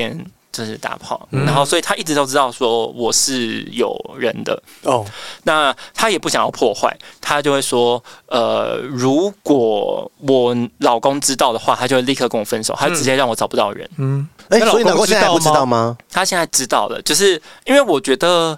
Speaker 3: 就是打炮，
Speaker 1: 嗯
Speaker 3: 然后所以他一直都知道说我是有人的，
Speaker 1: 哦，
Speaker 3: 那他也不想要破坏，他就会说，呃，如果我老公知道的话，他就会立刻跟我分
Speaker 2: 嗯
Speaker 3: 手，他就直接让我找不到人。
Speaker 1: 嗯，
Speaker 2: 哎，
Speaker 1: 那老
Speaker 2: 所以老公
Speaker 1: 公
Speaker 2: 现在还不知
Speaker 1: 知
Speaker 2: 道
Speaker 1: 道
Speaker 2: 吗？
Speaker 3: 他现在知道了，就是因为我觉得，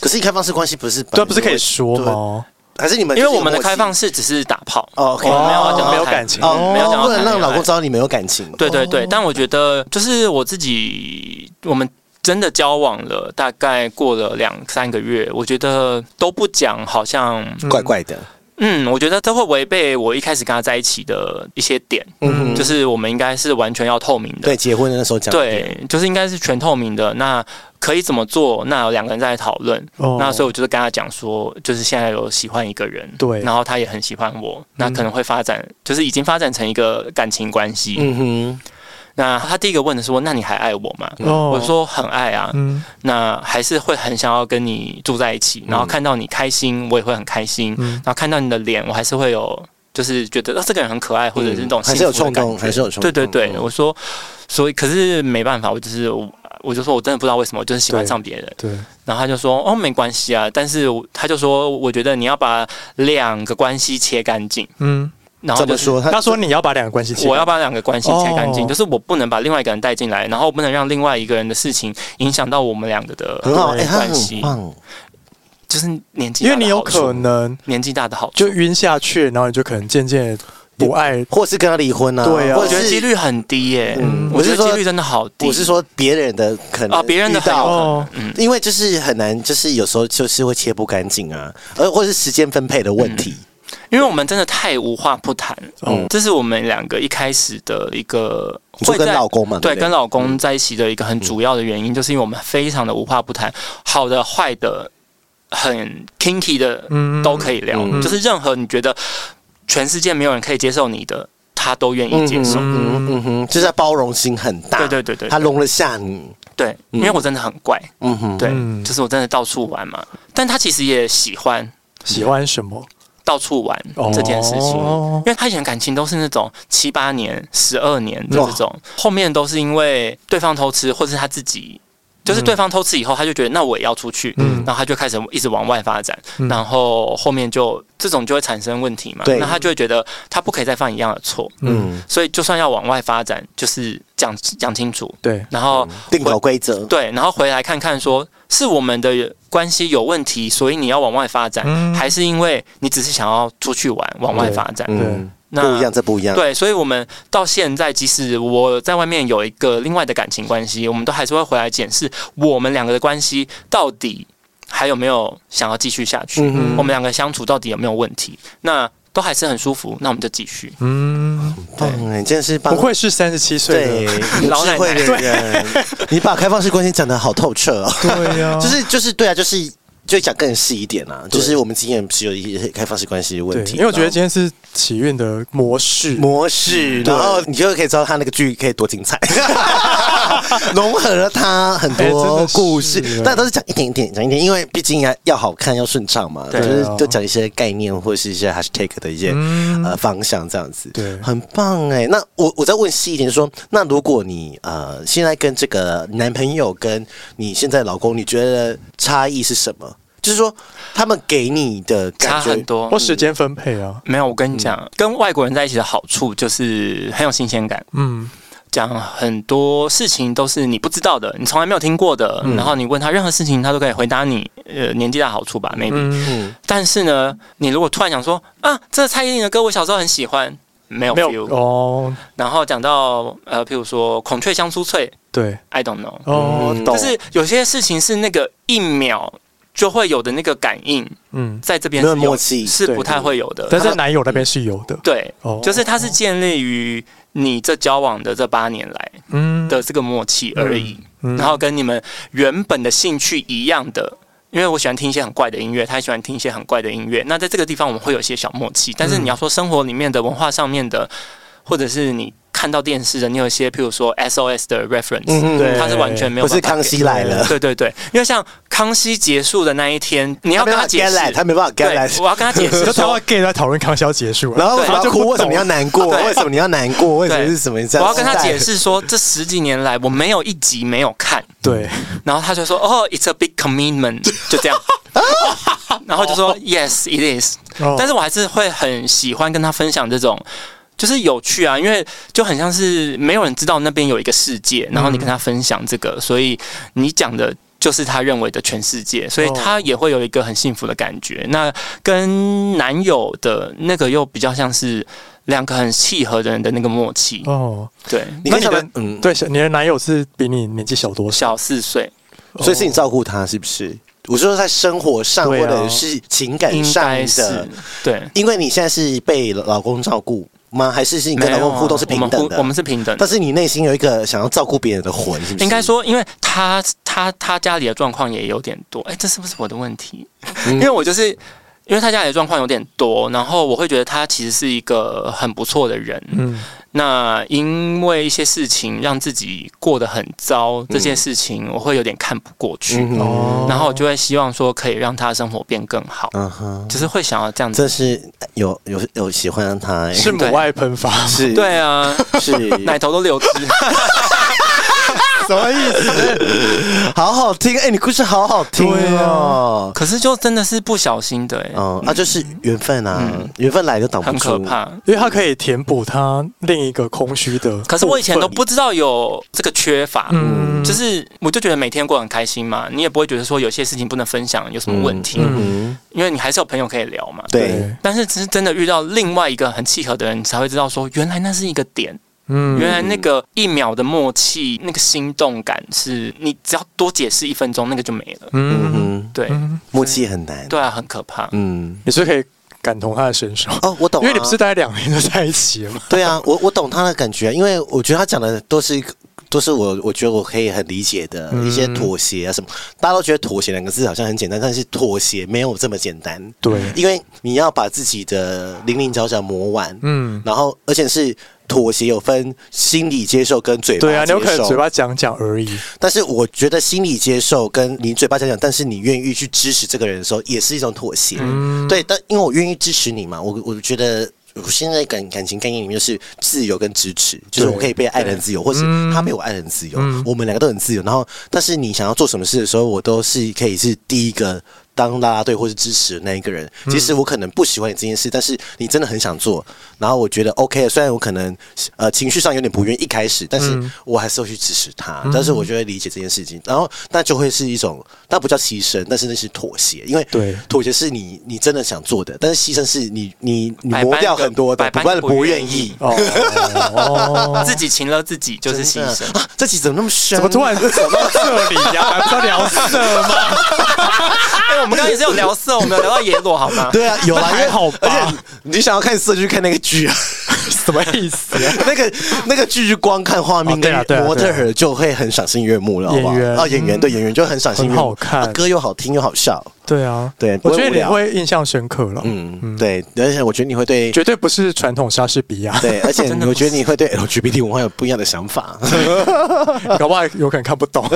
Speaker 2: 可是开放式关系不是
Speaker 1: 对啊，不是可以说吗？
Speaker 2: 还是你们
Speaker 3: 因为
Speaker 2: 就是有
Speaker 3: 我们的
Speaker 2: 默契
Speaker 3: 开放式只是打炮，
Speaker 2: 哦，OK，
Speaker 3: 我们没有要讲到
Speaker 1: 没有
Speaker 3: 谈
Speaker 1: 感情
Speaker 2: 哦，
Speaker 3: 没有讲到
Speaker 2: 不能
Speaker 3: 谈恋
Speaker 2: 让
Speaker 3: 爱
Speaker 2: 老公知道你没有感情。哦
Speaker 3: 对对对，但我觉得就是我自己，我们真的交往了，大概过了两三个月，我觉得都不讲，好像，
Speaker 2: 怪怪的，
Speaker 3: 嗯，我觉得这会违背我一开始跟他在一起的一些点，
Speaker 2: 嗯，
Speaker 3: 就是是我们应该是完全要透明的。
Speaker 2: 对结婚的那时候讲的，
Speaker 3: 对，就是应该是全透明的。那可以怎么做？那有两个人在讨论。
Speaker 1: 哦
Speaker 3: 那所以我就是跟他讲说，就是现在有喜欢一个人，
Speaker 1: 对
Speaker 3: 然后他也很喜欢我，那可能会发展，就是已经发展成一个感情关系。
Speaker 2: 嗯
Speaker 3: 那他第一个问的是我，那你还爱我吗？
Speaker 1: 哦
Speaker 3: 我说很爱啊，
Speaker 1: 嗯
Speaker 3: 那还是会很想要跟你住在一起，
Speaker 2: 嗯
Speaker 3: 然后看到你开心，我也会很开心，
Speaker 1: 嗯
Speaker 3: 然后看到你的脸，我还是会有。就是觉得哦，这个人很可爱，
Speaker 2: 哼，
Speaker 3: 或者是那种
Speaker 2: 嗯还
Speaker 3: 幸
Speaker 2: 是有
Speaker 3: 福的
Speaker 2: 冲
Speaker 3: 感
Speaker 2: 动，
Speaker 3: 觉
Speaker 2: 还是有冲
Speaker 3: 对
Speaker 2: 动。
Speaker 3: 对对，
Speaker 2: 嗯
Speaker 3: 我说，所以可是没办法，我就是我我就说我真的不知道为什么，我就是喜欢
Speaker 1: 对
Speaker 3: 上别人。
Speaker 1: 对，
Speaker 3: 然后他就说哦没关系啊，但是我他就说我觉得你要把两个关系切干净，
Speaker 1: 嗯，
Speaker 3: 然后
Speaker 2: 怎
Speaker 3: 就
Speaker 2: 么
Speaker 3: 是。
Speaker 2: 说？
Speaker 1: 他说你要把两个关系切，
Speaker 3: 我要把两个关系切干净，
Speaker 1: 哦
Speaker 3: 就是我不能把另外一个人带进来，然后不能让另外一个人的事情影响到我们两个的
Speaker 2: 很好，哎，他
Speaker 3: 关
Speaker 2: 很
Speaker 3: 系。
Speaker 2: 棒，
Speaker 3: 就是年纪
Speaker 1: 因
Speaker 3: 大
Speaker 1: 为
Speaker 3: 的好处，
Speaker 1: 你有可能
Speaker 3: 年纪大的好处，
Speaker 1: 就晕下去，然后你就可能渐渐不爱
Speaker 2: 或是跟他离婚啊，
Speaker 1: 对啊
Speaker 2: 或
Speaker 3: 我觉得
Speaker 2: 是
Speaker 3: 几率很低耶、
Speaker 2: 嗯
Speaker 3: 我
Speaker 2: 我
Speaker 3: 觉得
Speaker 2: 是说
Speaker 3: 几率真的好低。
Speaker 2: 我是说别人的可能
Speaker 3: 啊，别人的
Speaker 2: 遇到
Speaker 3: 很有可能
Speaker 1: 哦
Speaker 3: 嗯，
Speaker 2: 因为就是很难，就是有时候就是会切不干净啊，而或是时间分配的问题。
Speaker 3: 因为我们真的太无话不谈，
Speaker 1: 嗯
Speaker 3: 这是我们两个一开始的一个
Speaker 2: 哦你说
Speaker 3: 会在
Speaker 2: 跟老公嘛对嗯
Speaker 3: 对，
Speaker 2: 不对
Speaker 3: 跟老公在一起的一个很主要的原因，就是因为我们非常的无话不谈，好的、坏的、很 kinky 的
Speaker 1: 嗯
Speaker 3: 都可以聊，
Speaker 2: 嗯
Speaker 3: 就是任何你觉得全世界没有人可以接受你的，他都愿意接受。
Speaker 2: 嗯嗯哼，就是他包容心很大，
Speaker 3: 对对对对
Speaker 2: 他容得下你，
Speaker 3: 对，因为我真的很怪，
Speaker 2: 嗯哼，
Speaker 3: 对，
Speaker 1: 嗯
Speaker 3: 就是我真的到处玩嘛，但他其实也喜欢
Speaker 1: 喜欢什么
Speaker 3: 到处玩
Speaker 2: 哦
Speaker 3: 这件事情。
Speaker 1: 哦
Speaker 3: 因为他以前感情都是那种七八年、十二年的这种，后面都是因为对方偷吃，或是他自己，就是对方偷吃以后，他就觉得那我也要出去，
Speaker 1: 嗯
Speaker 3: 然后他就开始一直往外发展，
Speaker 1: 嗯
Speaker 3: 然后后面就这种就会产生问题嘛，
Speaker 2: 对
Speaker 3: 那他就会觉得他不可以再犯一样的错，
Speaker 1: 嗯，
Speaker 2: 嗯，
Speaker 3: 所以就算要往外发展，就是讲讲清楚，
Speaker 1: 对，
Speaker 3: 然后
Speaker 2: 定好规则，
Speaker 3: 对，然后回来看看说是我们的关系有问题，所以你要往外发展，
Speaker 1: 嗯
Speaker 3: 还是因为你只是想要出去玩，往外
Speaker 1: 对
Speaker 3: 发展？
Speaker 2: 嗯，
Speaker 3: 那
Speaker 2: 不一样，这不一样，
Speaker 3: 对，所以我们到现在，即使我在外面有一个另外的感情关系，我们都还是会回来检视我们两个的关系到底还有没有想要继续下去，
Speaker 2: 嗯哼
Speaker 3: 我们两个相处到底有没有问题？那都还是很舒服，那我们就继续。
Speaker 1: 嗯，
Speaker 2: 棒哎，你真的是棒
Speaker 1: 不会是三十七岁
Speaker 2: 对
Speaker 1: 的，，
Speaker 2: 有
Speaker 3: 老
Speaker 2: 智
Speaker 3: 奶
Speaker 2: 慧的 人，你把开放式关系讲得好透彻哦，
Speaker 1: 对呀，
Speaker 2: 就是就是对啊，就是就讲更细一点啊，就是我们经验是有一些开放式关系的问
Speaker 1: 对，
Speaker 2: 题，
Speaker 1: 因为我觉得
Speaker 2: 然后
Speaker 1: 今天是起运的模式，
Speaker 2: 模式，然后你就可以知道他那个剧可以多精彩， 融合了他很
Speaker 1: 哎真
Speaker 2: 多
Speaker 1: 的是
Speaker 2: 故事，
Speaker 1: 哎
Speaker 2: 但都是讲一点一点，讲一点，因为毕竟要要好看要顺畅嘛，
Speaker 3: 对
Speaker 2: 就
Speaker 3: 啊
Speaker 2: 是就讲一些概念或是一些 hashtag 的一些
Speaker 1: 嗯
Speaker 2: 呃方向这样子，
Speaker 1: 对
Speaker 2: 很棒哎。那我我再问细一点说，那如果你呃现在跟这个男朋友跟你现在老公，你觉得差异是什么？就是说他们给你的
Speaker 3: 差
Speaker 2: 感觉嗯
Speaker 3: 很多
Speaker 1: 或。时间分配啊，
Speaker 3: 没有，我跟你讲，跟外国人在一起的好处就是很有新鲜感。
Speaker 1: 嗯，
Speaker 3: 讲很多事情都是你不知道的，你从来没有听过的，
Speaker 2: 嗯
Speaker 3: 然后你问他任何事情，他都可以回答你。呃，年纪大好处吧，maybe。
Speaker 2: 嗯
Speaker 3: 但是呢，你如果突然想说啊，这蔡依林的歌我小时候很喜欢，没有
Speaker 1: 没
Speaker 3: feel。
Speaker 1: 有哦，
Speaker 3: 然后讲到呃，譬如说《孔雀香酥脆
Speaker 1: 对，》
Speaker 3: ，I don't know，、
Speaker 1: 哦，
Speaker 2: 嗯
Speaker 1: 懂
Speaker 3: 就，是有些事情是那个一秒就会有的那个感应，
Speaker 1: 嗯，
Speaker 3: 在这边
Speaker 2: 没有
Speaker 3: 是有
Speaker 2: 默契
Speaker 3: 是
Speaker 1: 对
Speaker 3: 不太会有
Speaker 1: 但
Speaker 3: 的。
Speaker 1: 在男友那边是有的，
Speaker 3: 对，
Speaker 1: 哦
Speaker 3: 呃就是它是建立于你这交往的这八年来
Speaker 1: 嗯
Speaker 3: 的这个默契而已。
Speaker 1: 嗯
Speaker 3: 然后跟你们原本的兴趣一样的，因为我喜欢听一些很怪的音乐，他也喜欢听一些很怪的音乐。那在这个地方我们会有一些小默契，但是你要说生活里面的、文化上面的，或者是你看到电视的，你有一些譬如说 SOS 的 reference，、
Speaker 2: 嗯
Speaker 1: 对
Speaker 3: 他是完全没有
Speaker 2: 不
Speaker 3: 办法
Speaker 2: 是
Speaker 3: 给。
Speaker 2: 康熙来了。
Speaker 3: 对对对，因为像康熙结束的那一天，你要
Speaker 2: 他没办
Speaker 3: 跟他
Speaker 2: 法
Speaker 3: 解
Speaker 2: get
Speaker 3: 释，
Speaker 2: 来，他没办法 get
Speaker 3: 对
Speaker 2: 来，，
Speaker 3: 我要跟他解释
Speaker 1: 就台
Speaker 3: 说
Speaker 1: 湾 gay 在讨论康萧结束了，
Speaker 2: 然后为什么
Speaker 1: 对
Speaker 2: 要
Speaker 1: 就不
Speaker 2: 哭？为什么
Speaker 1: 懂
Speaker 2: 要难过？
Speaker 3: 对
Speaker 2: 为什么你要难过？为什么
Speaker 3: 对
Speaker 2: 是什么？
Speaker 3: 我要跟他解。释说，这十几年来我没有一集没有看，
Speaker 1: 对，
Speaker 3: 然后他就说：“哦、i t s a big commitment。”就 这样，然后就说：“Yes, it is。”
Speaker 1: 哦
Speaker 3: 但是我还是会很喜欢跟他分享这种，就是有趣啊，因为就很像是没有人知道那边有一个世
Speaker 1: 嗯
Speaker 3: 界，然后你跟他分享这个，所以你讲的。就是他认为的全世界，所以
Speaker 1: 哦
Speaker 3: 他也会有一个很幸福的感觉。那跟男友的那个又比较像是两个很契合的人的那个默契，
Speaker 1: 哦，
Speaker 3: 对，
Speaker 2: 你
Speaker 1: 那
Speaker 2: 跟
Speaker 1: 你
Speaker 2: 小
Speaker 1: 的
Speaker 2: 嗯，
Speaker 1: 对，你的男友是比你年纪小多少？
Speaker 3: 小四岁
Speaker 2: 嗯所以是你照顾他是不是？我说在生活上或
Speaker 1: 对啊
Speaker 2: 者是情感
Speaker 3: 应
Speaker 2: 上
Speaker 3: 该是
Speaker 2: 的，
Speaker 3: 对，
Speaker 2: 因为你现在是被老公照顾吗？还是是你跟老
Speaker 3: 没有
Speaker 2: 公
Speaker 3: 啊
Speaker 2: 互动是平
Speaker 3: 我
Speaker 2: 等
Speaker 3: 们互
Speaker 2: 的？
Speaker 3: 我们是平等的
Speaker 2: 但。是你内心有一个想要照顾别人的魂，是不是？
Speaker 3: 应该说，因为他他他家里的状况也有点多，哎、这是不是我的问题？
Speaker 2: 嗯
Speaker 3: 因为我就是因为他家里的状况有点多，然后我会觉得他其实是一个很不错的人。
Speaker 1: 嗯，
Speaker 3: 那因为一些事情让自己过得很糟，这件事情我会有点看不过去，
Speaker 2: 嗯哼，
Speaker 1: 哦
Speaker 3: 然后我就会希望说可以让他生活变更好，
Speaker 2: 嗯哼，
Speaker 3: 就是会想要这样子。
Speaker 2: 这是有有有喜欢他、欸，
Speaker 1: 是母爱喷发，
Speaker 2: 是，
Speaker 3: 对啊，
Speaker 2: 是
Speaker 3: 奶头都流汁。
Speaker 1: 什么意思？
Speaker 2: 好好听，哎、你故事好好听哦。
Speaker 3: 可是就真的是不小心的、欸，
Speaker 2: 嗯，那、就是缘分啊，缘分来就挡不
Speaker 3: 很
Speaker 2: 住。
Speaker 3: 可怕。
Speaker 1: 因为它嗯可以填补它另一个空虚的部分。
Speaker 3: 可是我以前都不知道有这个缺乏，
Speaker 1: 嗯
Speaker 3: 就是我就觉得每天过得很开心嘛，你也不会觉得说有些事情不能分享有什么问题，
Speaker 1: 嗯
Speaker 2: 嗯，
Speaker 3: 因为你还是有朋友可以聊嘛。
Speaker 2: 对，
Speaker 3: 但是只是真的遇到另外一个很契合的人，你才会知道说原来那是一个点，
Speaker 1: 嗯
Speaker 3: 原来那个一秒的默契，那个心动感是你只要多解释一分钟，那个就没了。
Speaker 2: 嗯
Speaker 1: 嗯
Speaker 2: 哼，
Speaker 3: 对
Speaker 1: 嗯，
Speaker 2: 默契也很难。
Speaker 3: 对啊，很可怕。
Speaker 2: 嗯，
Speaker 1: 你是可以感同他的身受，
Speaker 2: 哦，我懂、啊，
Speaker 1: 因为你不是待两年就在一起 了吗？
Speaker 2: 对啊，我我懂他的感觉，因为我觉得他讲的都是都是我我觉得我可以很理解的
Speaker 1: 嗯
Speaker 2: 一些妥协啊什么。大家都觉得妥协两个字好像很简单，但是妥协没有这么简单。
Speaker 1: 对
Speaker 2: 因为你要把自己的零零角角磨完，
Speaker 1: 嗯，
Speaker 2: 然后而且是妥协有分心理接受跟嘴巴
Speaker 1: 对啊，你有可
Speaker 2: 接
Speaker 1: 能
Speaker 2: 受
Speaker 1: 嘴巴讲讲而已。
Speaker 2: 但是我觉得心理接受跟你嘴巴讲讲，但是你愿意去支持这个人的时候，也是一种妥协。对，但因为我愿意支持你嘛，我我觉得。我现在感感情概念里面就是自由跟支持，就是
Speaker 1: 对
Speaker 2: 我可以被爱人自由，或是他被我爱人自由，我们两个都很自由。然后，但是你想要做什么事的时候，我都是可以是第一个当啦啦队或是支持的那一个人。即使我可能不喜欢你这件事，但是你真的很想做，然后我觉得 OK 了。虽然我可能呃情绪上有点不愿意一开始，但是我还是会去支持他。但是我就会理解这件事情，然后那就会是一种，那不叫牺牲，但是那是妥协，因为
Speaker 1: 对
Speaker 2: 妥协是你你真的想做的，但是牺牲是你你你
Speaker 3: 百般
Speaker 2: 磨掉
Speaker 3: 个
Speaker 2: 很多的，
Speaker 3: 百般
Speaker 2: 不然
Speaker 3: 个
Speaker 2: 不
Speaker 3: 不
Speaker 2: 愿
Speaker 3: 愿
Speaker 2: 意
Speaker 3: 意。
Speaker 1: 哦，哦
Speaker 3: 自己擒了自己就是牺
Speaker 2: 真的
Speaker 3: 牲。
Speaker 2: 啊！这集怎么那么深
Speaker 1: 怎
Speaker 2: 啊？
Speaker 1: 么突 然走到这里呀、还不知道聊色吗？
Speaker 3: 哎、我们刚刚也是有聊色，我们有聊到野裸好吗？
Speaker 2: 对啊，有啦，因为
Speaker 1: 还好吧
Speaker 2: 而且你想要看色，就去看那个剧啊。
Speaker 1: 什么意思、啊？
Speaker 2: 那个那个剧，光看画面
Speaker 1: 哦
Speaker 2: 跟
Speaker 1: 对啊对啊
Speaker 2: 模特
Speaker 1: 对啊
Speaker 2: 儿就会很赏心悦目了，好不好
Speaker 1: 演员
Speaker 2: 啊，演员对演员就很赏心悦目，
Speaker 1: 很好看
Speaker 2: 啊歌又好听又好笑，
Speaker 1: 对啊，
Speaker 2: 对不
Speaker 1: 我
Speaker 2: 会
Speaker 1: 觉得
Speaker 2: 无
Speaker 1: 你
Speaker 2: 聊
Speaker 1: 会印象深刻了，
Speaker 2: 嗯，对，而且我觉得你会对。
Speaker 1: 绝对不是传统莎士比亚，
Speaker 2: 对，而且
Speaker 3: 真的不
Speaker 2: 我觉得你会对 LGBT 文化有不一样的想法，
Speaker 1: 搞不好有可能看不懂。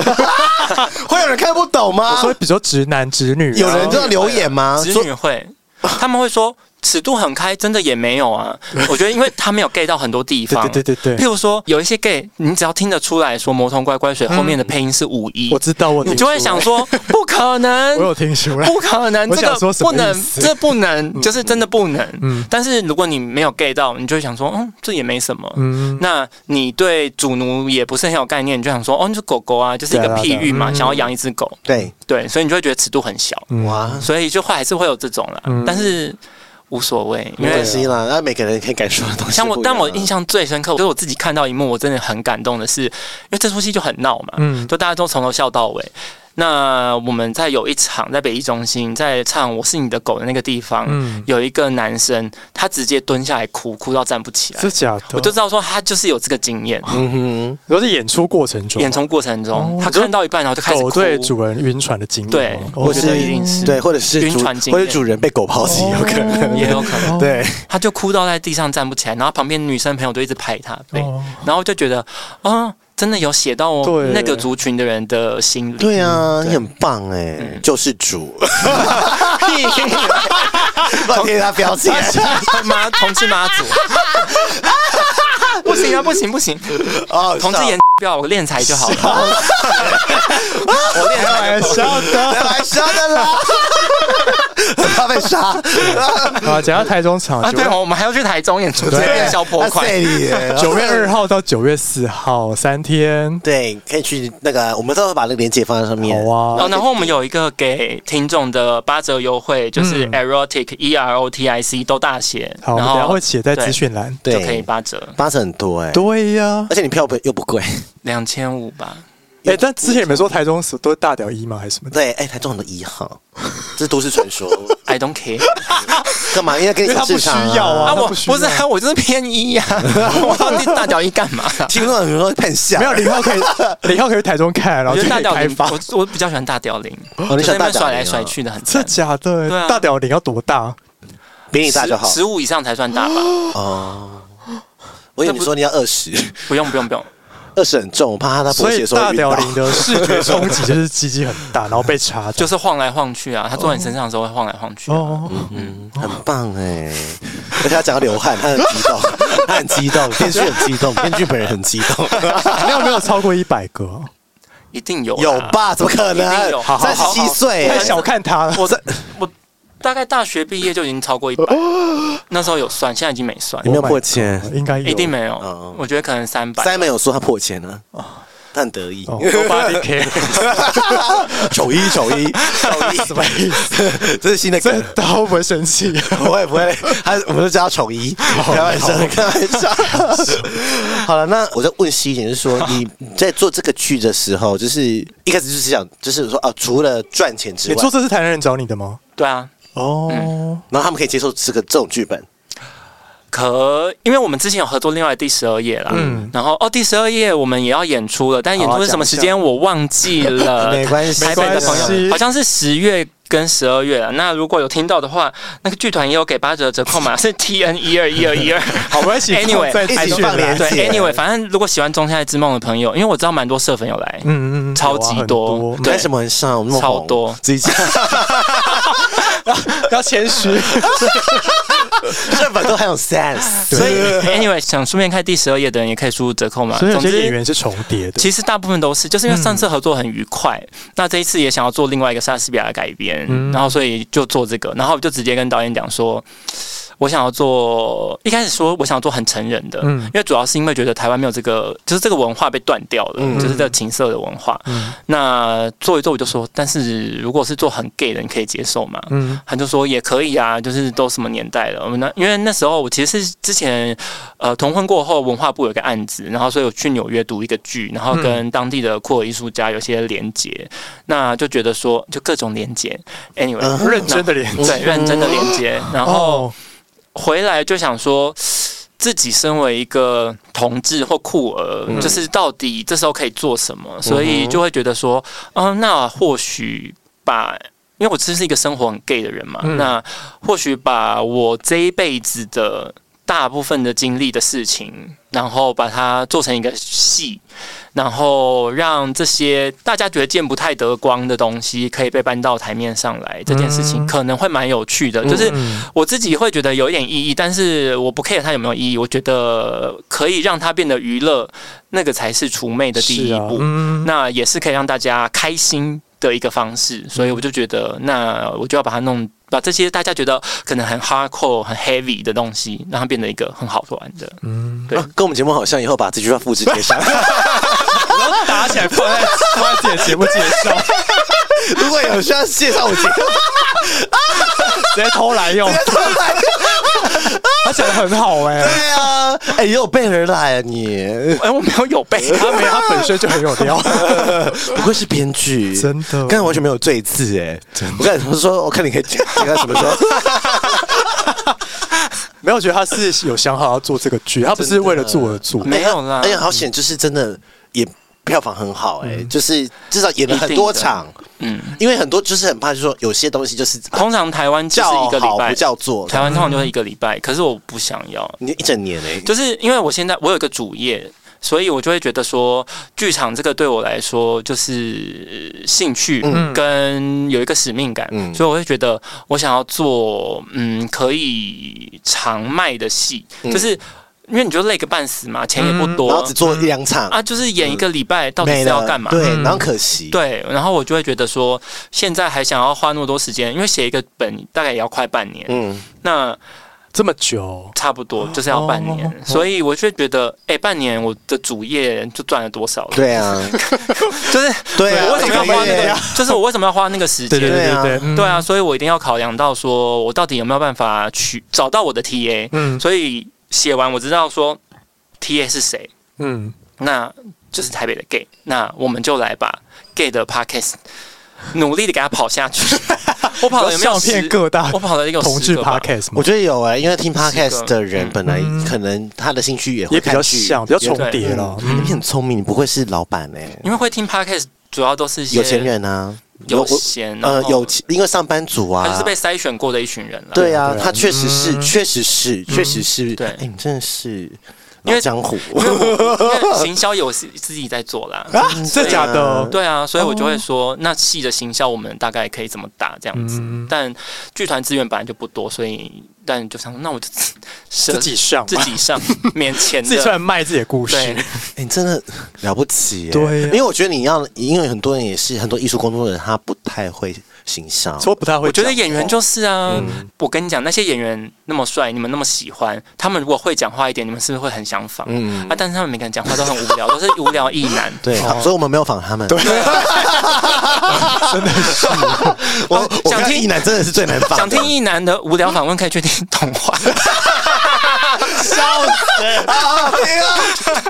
Speaker 2: 会有人看不懂吗？
Speaker 1: 所以比如说直男直女啊，
Speaker 2: 有人这样留言
Speaker 1: 啊
Speaker 2: 吗？
Speaker 3: 子
Speaker 2: 说
Speaker 3: 女会，他们会说尺度很开，真的也没有啊。我觉得，因为他们有 gay 到很多地方，
Speaker 1: 对对对对
Speaker 3: 譬如说，有一些 gay，你只要听得出来说“魔童乖乖水”后面的配音是五一、
Speaker 1: 嗯我知道我
Speaker 3: 你就会想
Speaker 1: 说，
Speaker 3: 说嗯不可 能，
Speaker 1: 我有听出来
Speaker 3: 不可能，
Speaker 1: 我
Speaker 3: 这
Speaker 1: 想
Speaker 3: 个
Speaker 1: 说什么
Speaker 3: 不
Speaker 1: 意
Speaker 3: 能，
Speaker 1: 思
Speaker 3: 这不能，就是真的不能。
Speaker 1: 嗯
Speaker 3: 但是如果你没有 get 到，你就会想说，嗯，这也没什么。
Speaker 1: 嗯，
Speaker 3: 那你对主奴也不是很有概念，你就想说，哦，你是狗狗啊，就是一个
Speaker 1: 对啊对
Speaker 3: 譬
Speaker 1: 啊
Speaker 3: 喻嘛，
Speaker 1: 嗯
Speaker 3: 想要养一只狗，
Speaker 2: 对，
Speaker 3: 对，所以你就会觉得尺度很小。
Speaker 2: 哇，
Speaker 3: 所以就会还是会有这种啦，
Speaker 1: 嗯
Speaker 3: 但是无所谓，因
Speaker 2: 没
Speaker 3: 为
Speaker 2: 关
Speaker 1: 啊
Speaker 2: 系啦，那每个人可以感受的东西
Speaker 3: 像我
Speaker 2: 不，一样啊。
Speaker 3: 但我印象最深刻，就是我自己看到一幕，我真的很感动的是，因为这出戏就很闹嘛，
Speaker 1: 嗯
Speaker 3: 就大家都从头笑到尾。那我们在有一场在北艺中心在唱《我是你的狗》的那个地方，
Speaker 1: 嗯
Speaker 3: 有一个男生他直接蹲下来哭，哭到站不起来，
Speaker 1: 是假的，
Speaker 3: 我就知道说他就是有这个经验。
Speaker 2: 嗯
Speaker 1: 都是演出过程中，
Speaker 3: 演出过程中，
Speaker 1: 哦
Speaker 3: 他看到一半然后就开始哭
Speaker 1: 狗，对主人晕船的经历吗，
Speaker 3: 对
Speaker 1: 哦
Speaker 3: 我觉得一定是
Speaker 2: 哼，对，或者是
Speaker 3: 晕
Speaker 2: 主
Speaker 3: 船经
Speaker 2: 或者
Speaker 3: 验
Speaker 2: 主人被狗抛弃
Speaker 1: 哦
Speaker 2: 有可能，
Speaker 3: 嗯也有可能。
Speaker 2: 对，
Speaker 3: 他就哭到在地上站不起来，然后旁边女生朋友就一直拍他背，
Speaker 1: 哦
Speaker 3: 然后就觉得啊、真的有写到哦
Speaker 1: 对
Speaker 3: 那个族群的人的心里。
Speaker 2: 对啊，你很棒哎，救世主，我贴他标签，
Speaker 3: 妈，同志妈祖，不行啊，不行不行，
Speaker 2: 哦，
Speaker 3: 同志
Speaker 2: 演
Speaker 3: 演不要我练才就好了。
Speaker 1: 啊
Speaker 3: 我练才
Speaker 1: 开玩笑的。
Speaker 2: 来杀的啦，他被杀，
Speaker 1: 啊，讲到台中场，
Speaker 3: 啊，
Speaker 1: 九
Speaker 3: 对
Speaker 1: 月
Speaker 3: 哦，我们还要去台中演出，这个消破
Speaker 1: 啊
Speaker 2: 他
Speaker 3: 快
Speaker 2: 塞。你耶
Speaker 1: 九月二号到九月四号三天，
Speaker 2: 对，可以去那个，我们都会把那个链接放在上面。
Speaker 1: 好啊
Speaker 3: 哦，，然后我们有一个给听众的八折优惠，就是
Speaker 1: 嗯
Speaker 3: erotic e r o t i c 都大写，
Speaker 1: 好，我
Speaker 3: 然
Speaker 1: 们等一下
Speaker 3: 后
Speaker 1: 会写在资讯栏。
Speaker 3: 就可以
Speaker 2: 对，
Speaker 3: 八折，
Speaker 2: 八折很多哎，
Speaker 1: 对呀、
Speaker 2: 而且你票不又不贵。
Speaker 3: 两千五吧。
Speaker 1: 哎、但之前你们说台中是都是大屌一吗？还是什么的？
Speaker 2: 对，哎，台中很多一号，这是都市传说。
Speaker 3: I don't care。
Speaker 2: 干嘛？因为跟你
Speaker 1: 因为他
Speaker 2: 讲
Speaker 1: 不
Speaker 2: 市场
Speaker 1: 需要啊
Speaker 3: 啊，
Speaker 1: 那
Speaker 3: 我
Speaker 1: 不需要
Speaker 3: 不是啊， 我就是偏一呀、我到底大脚一干嘛、
Speaker 2: 听众有人说很像，
Speaker 1: 没有，零号可以，零号可以去台中看，然
Speaker 3: 我
Speaker 1: 后
Speaker 3: 觉
Speaker 1: 就
Speaker 3: 得
Speaker 1: 可
Speaker 3: 大
Speaker 1: 以
Speaker 3: 屌
Speaker 1: 开
Speaker 3: 铃，
Speaker 1: 发。
Speaker 3: 我我比较喜欢大屌铃，
Speaker 2: 哦你喜
Speaker 3: 就
Speaker 2: 欢
Speaker 3: 在那
Speaker 2: 大屌铃啊
Speaker 3: 边甩来甩去的很
Speaker 1: 真
Speaker 3: 赞
Speaker 1: 的。假的？
Speaker 3: 对啊
Speaker 1: 大屌零要多大？
Speaker 2: 比你大就好。
Speaker 3: 十五以上才算大吧？
Speaker 2: 哦我以为你说你要二十，
Speaker 3: 不用不用不用，
Speaker 2: 二十很重，我怕他
Speaker 1: 所
Speaker 2: 勃起
Speaker 1: 以
Speaker 2: 的时候
Speaker 1: 大
Speaker 2: 会晕
Speaker 1: 屌
Speaker 2: 倒。
Speaker 1: 零的视觉冲击就是鸡鸡很大，然后被插着。
Speaker 3: 就是晃来晃去啊，他坐在你身上的时候会晃来晃去、啊。
Speaker 1: 哦，
Speaker 2: 嗯，很棒哎！而且他讲到流汗，他很激动，他很激动，编剧很激动，编剧本人很激动。
Speaker 1: 你有没有超过一百个？
Speaker 3: 一定有啦啊
Speaker 2: 有吧？怎么可
Speaker 3: 一定
Speaker 2: 能
Speaker 3: 有好？好
Speaker 2: 三十
Speaker 3: 好
Speaker 2: 七岁，
Speaker 1: 太小看他了。
Speaker 3: 我在我大概大学毕业就已经超过一百，那时候有算，现在已经没算
Speaker 2: 有，哦没有破
Speaker 1: Oh my
Speaker 2: 千？
Speaker 1: 应该有
Speaker 3: 一定没有
Speaker 2: 嗯，
Speaker 3: 我觉得可能三百。
Speaker 2: Simon 有说他破千呢，他很得
Speaker 1: 哦
Speaker 2: 意。
Speaker 3: Nobody cares
Speaker 2: 九一九一九一， 什么意思？这是新的
Speaker 1: 这
Speaker 2: 梗。
Speaker 1: 大家会不会生气？
Speaker 2: 不会不会，他我们就叫他丑一，开玩笑，开玩笑。好了，那我再问西一点，就是说你在做这个剧的时候，就是一开始就是想，就是说啊，除了赚钱之
Speaker 1: 你
Speaker 2: 外，
Speaker 1: 做这是台南人找你的吗？
Speaker 3: 对啊，
Speaker 1: 哦，
Speaker 2: 然后他们可以接受这个这种剧本，
Speaker 3: 可因为我们之前有合作另外第十二页啦，
Speaker 1: 嗯
Speaker 3: 然后哦第十二页我们也要演出了，但演出是什么时间我忘记了，
Speaker 2: 没关系
Speaker 3: 台北的
Speaker 1: 没
Speaker 3: 朋
Speaker 1: 关系
Speaker 3: 友好像是十月。跟十二月了，那如果有听到的话，那个剧团也有给八折折扣 码，是 T N 一二一二一二。
Speaker 1: 好，没关系
Speaker 3: Anyway，哎
Speaker 1: 再
Speaker 2: 一起
Speaker 1: 继续
Speaker 2: 放
Speaker 1: 来
Speaker 2: 连
Speaker 3: 对
Speaker 2: 谢谢
Speaker 3: ，Anyway，反正如果喜欢《仲夏夜之梦》的朋友，因为我知道蛮多社粉有来，
Speaker 1: 嗯嗯嗯，
Speaker 3: 超级
Speaker 1: 有啊很
Speaker 3: 多
Speaker 1: 多，
Speaker 3: 对
Speaker 2: 为什么很上？我们那么
Speaker 3: 超
Speaker 2: 红
Speaker 3: 多
Speaker 2: 自己讲，
Speaker 1: 要谦虚。
Speaker 2: 日本都很有 sense，
Speaker 1: 对
Speaker 2: 所以
Speaker 3: Anyway，想顺便看第十二页的人也可以输入折扣码。
Speaker 1: 所以有
Speaker 3: 总
Speaker 1: 啊些演
Speaker 3: 之，
Speaker 1: 员是重叠的。
Speaker 3: 其实大部分都是，就是因为上次合作很愉快，那这一次也想要做另外一个莎士比亚的改编，
Speaker 1: 嗯
Speaker 3: 然后所以就做这个，然后我就直接跟导演讲说。我想要做，一开始说我想要做很成人的，
Speaker 1: 嗯
Speaker 3: 因为主要是因为觉得台湾没有这个，就是这个文化被断掉了，
Speaker 2: 嗯
Speaker 3: 就是这个情色的文化。
Speaker 1: 嗯
Speaker 3: 那做一做我就说，但是如果是做很 gay 的，你可以接受吗？
Speaker 1: 嗯
Speaker 3: 他就说也可以啊，就是都什么年代了，我们那因为那时候我其实是之前呃同婚过后，文化部有个案子，然后所以我去纽约读一个剧，然后跟当地的酷儿艺术家有些连结，那就觉得说就各种连结，anyway，、
Speaker 2: 嗯
Speaker 1: 认真的脸。
Speaker 3: 对认真的连接，然后
Speaker 1: 哦，
Speaker 3: 回来就想说。自己身为一个同志或酷儿，
Speaker 2: 嗯
Speaker 3: 就是到底这时候可以做什么，所以就会觉得说，嗯、那或许把，因为我其实是一个生活很 gay 的人嘛，
Speaker 1: 嗯
Speaker 3: 那或许把我这一辈子的大部分的经历的事情，然后把它做成一个戏，然后让这些大家觉得见不太得光的东西，可以被搬到台面上来，这件事情
Speaker 1: 嗯
Speaker 3: 可能会蛮有趣的，就是
Speaker 1: 嗯
Speaker 3: 我自己会觉得有一点意义，但是我不 care 它有没有意义，我觉得可以让它变得娱乐，那个才是除魅的第一
Speaker 1: 是啊
Speaker 3: 步，
Speaker 1: 嗯
Speaker 3: 那也是可以让大家开心的一个方式，所以我就觉得，那我就要把它弄。把这些大家觉得可能很 hardcore、很 heavy 的东西，让它变得一个很好玩的。
Speaker 1: 嗯，
Speaker 3: 对
Speaker 2: 啊跟我们节目好像，以后把这句话复制贴上。
Speaker 1: 打起来放在放在自己的节目介 绍，
Speaker 2: 如果有需要介绍我节目，
Speaker 1: 直接偷来用，他讲的很好哎、
Speaker 2: 对啊，哎，也有备而来啊你，
Speaker 3: 哎、我没有有背，
Speaker 1: 他没有，他本身就很有料，
Speaker 2: 不愧是编剧，
Speaker 1: 真的
Speaker 2: 刚才完全没有罪字哎，我刚才我说，我看你可以讲讲到什么时候，
Speaker 1: 没有我觉得他是有想好要做这个剧，他不是为了做而做，
Speaker 3: 没有啦
Speaker 2: 哎呀，好险，就是真的也票房很好哎，就是至少演了很多场，
Speaker 3: 嗯，
Speaker 2: 因为很多就是很怕，就是说有些东西就是
Speaker 3: 通常台湾就是
Speaker 2: 叫
Speaker 3: 一个礼
Speaker 2: 好
Speaker 3: 拜
Speaker 2: 不，叫嗯座，
Speaker 3: 台湾通常就是一个礼拜，可是我不想要，
Speaker 2: 你一整年哎，
Speaker 3: 就是因为我现在我有一个主业，所以我就会觉得说，剧场这个对我来说就是呃兴趣
Speaker 2: 嗯
Speaker 3: 跟有一个使命感，
Speaker 2: 嗯
Speaker 3: 所以我会觉得我想要做嗯可以长卖的戏，
Speaker 2: 嗯
Speaker 3: 就是因为你就累个半死嘛，钱也不
Speaker 2: 然
Speaker 3: 多、
Speaker 2: 后只做一两场，
Speaker 3: 啊，就是演一个礼拜到底
Speaker 2: 没
Speaker 3: 是
Speaker 2: 了
Speaker 3: 要干嘛？
Speaker 2: 对，
Speaker 1: 嗯
Speaker 2: 然后可惜，
Speaker 3: 对，然后我就会觉得说，现在还想要花那么多时间，因为写一个本大概也要快半年，
Speaker 2: 嗯，
Speaker 3: 那
Speaker 1: 这么久，
Speaker 3: 差不多就是要半年，
Speaker 1: 哦
Speaker 3: 所以我就觉得，哎、半年我的主业就赚了多少了？，
Speaker 2: 对 啊，
Speaker 3: 就是
Speaker 2: 对啊，
Speaker 3: 我为什么要
Speaker 2: 一个
Speaker 3: 花那
Speaker 2: 月
Speaker 3: 个？就是我为什么要花那个时间？
Speaker 1: 对对对对，嗯
Speaker 3: 对啊，，所以我一定要考量到说我到底有没有办法去找到我的 TA，、
Speaker 1: 嗯
Speaker 3: 所以写完我知道说 TA 是谁，
Speaker 1: 嗯，
Speaker 3: 那就是台北的 gay，那我们就来把 gay 的 podcast 努力的给它跑下 去。我跑了有没有
Speaker 1: 笑
Speaker 3: 十
Speaker 1: 遍各大
Speaker 3: 我跑了有
Speaker 1: 同
Speaker 3: 十
Speaker 1: 志
Speaker 3: 个吧
Speaker 1: podcast 嘛
Speaker 2: 我，觉得有哎、因为听
Speaker 3: 是
Speaker 2: podcast
Speaker 3: 个
Speaker 2: 的人本来
Speaker 1: 嗯
Speaker 2: 可能他的兴趣也会
Speaker 1: 也比较
Speaker 2: 看剧
Speaker 1: 像，比较重叠了，
Speaker 2: 嗯
Speaker 1: 嗯
Speaker 2: 你很聪明，你不愧是老板哎、
Speaker 3: 因为会听 podcast 主要都是一些
Speaker 2: 有钱人啊，
Speaker 3: 嗯有
Speaker 2: 我我
Speaker 3: 闲，然
Speaker 2: 呃
Speaker 3: 后
Speaker 2: 有钱，因为上班族
Speaker 3: 他
Speaker 2: 啊
Speaker 3: 就是，被筛选过的一群人了。
Speaker 2: 对啊
Speaker 1: 对，啊
Speaker 2: 他确实是，
Speaker 1: 嗯
Speaker 2: 确实是，确实是，
Speaker 3: 对
Speaker 2: 哎，你真的是
Speaker 3: 因
Speaker 2: 老
Speaker 3: 为
Speaker 2: 江湖，
Speaker 3: 因为行销有自自己在做啦。
Speaker 1: 啊，真的假的？
Speaker 3: 对啊，所以我就会
Speaker 2: 哦
Speaker 3: 说，那戏的行销我们大概可以怎么打这样子。
Speaker 1: 嗯
Speaker 3: 但剧团资源本来就不多，所以但就想说那我就
Speaker 1: 自己上嘛
Speaker 3: 啊自己上，免钱
Speaker 1: 自己出来
Speaker 3: 的。
Speaker 1: 卖自己的故事
Speaker 3: 对，，
Speaker 2: 哎你真的了不起耶！
Speaker 1: 对呀
Speaker 2: 因为我觉得你要，因为很多人也是很多艺术工作人，他不太会形象。
Speaker 1: 说不太会
Speaker 3: 我觉
Speaker 1: 讲话。哦嗯
Speaker 3: 得演员就是啊，我跟你讲，那些演员那么帅，你们那么喜欢，他们如果会讲话一点，你们是不是会很想仿？
Speaker 2: 嗯
Speaker 3: 啊，但是他们每个人讲话都很无聊，都是 无聊意男。
Speaker 2: 对，
Speaker 1: 哦
Speaker 2: 所以我们没有仿他们。对， 真的是我我
Speaker 3: 想
Speaker 2: 看
Speaker 3: 听
Speaker 2: 一男真的是最难仿的。
Speaker 3: 想听意男的无聊访问，可以去听童话。
Speaker 2: 笑死，好好听啊！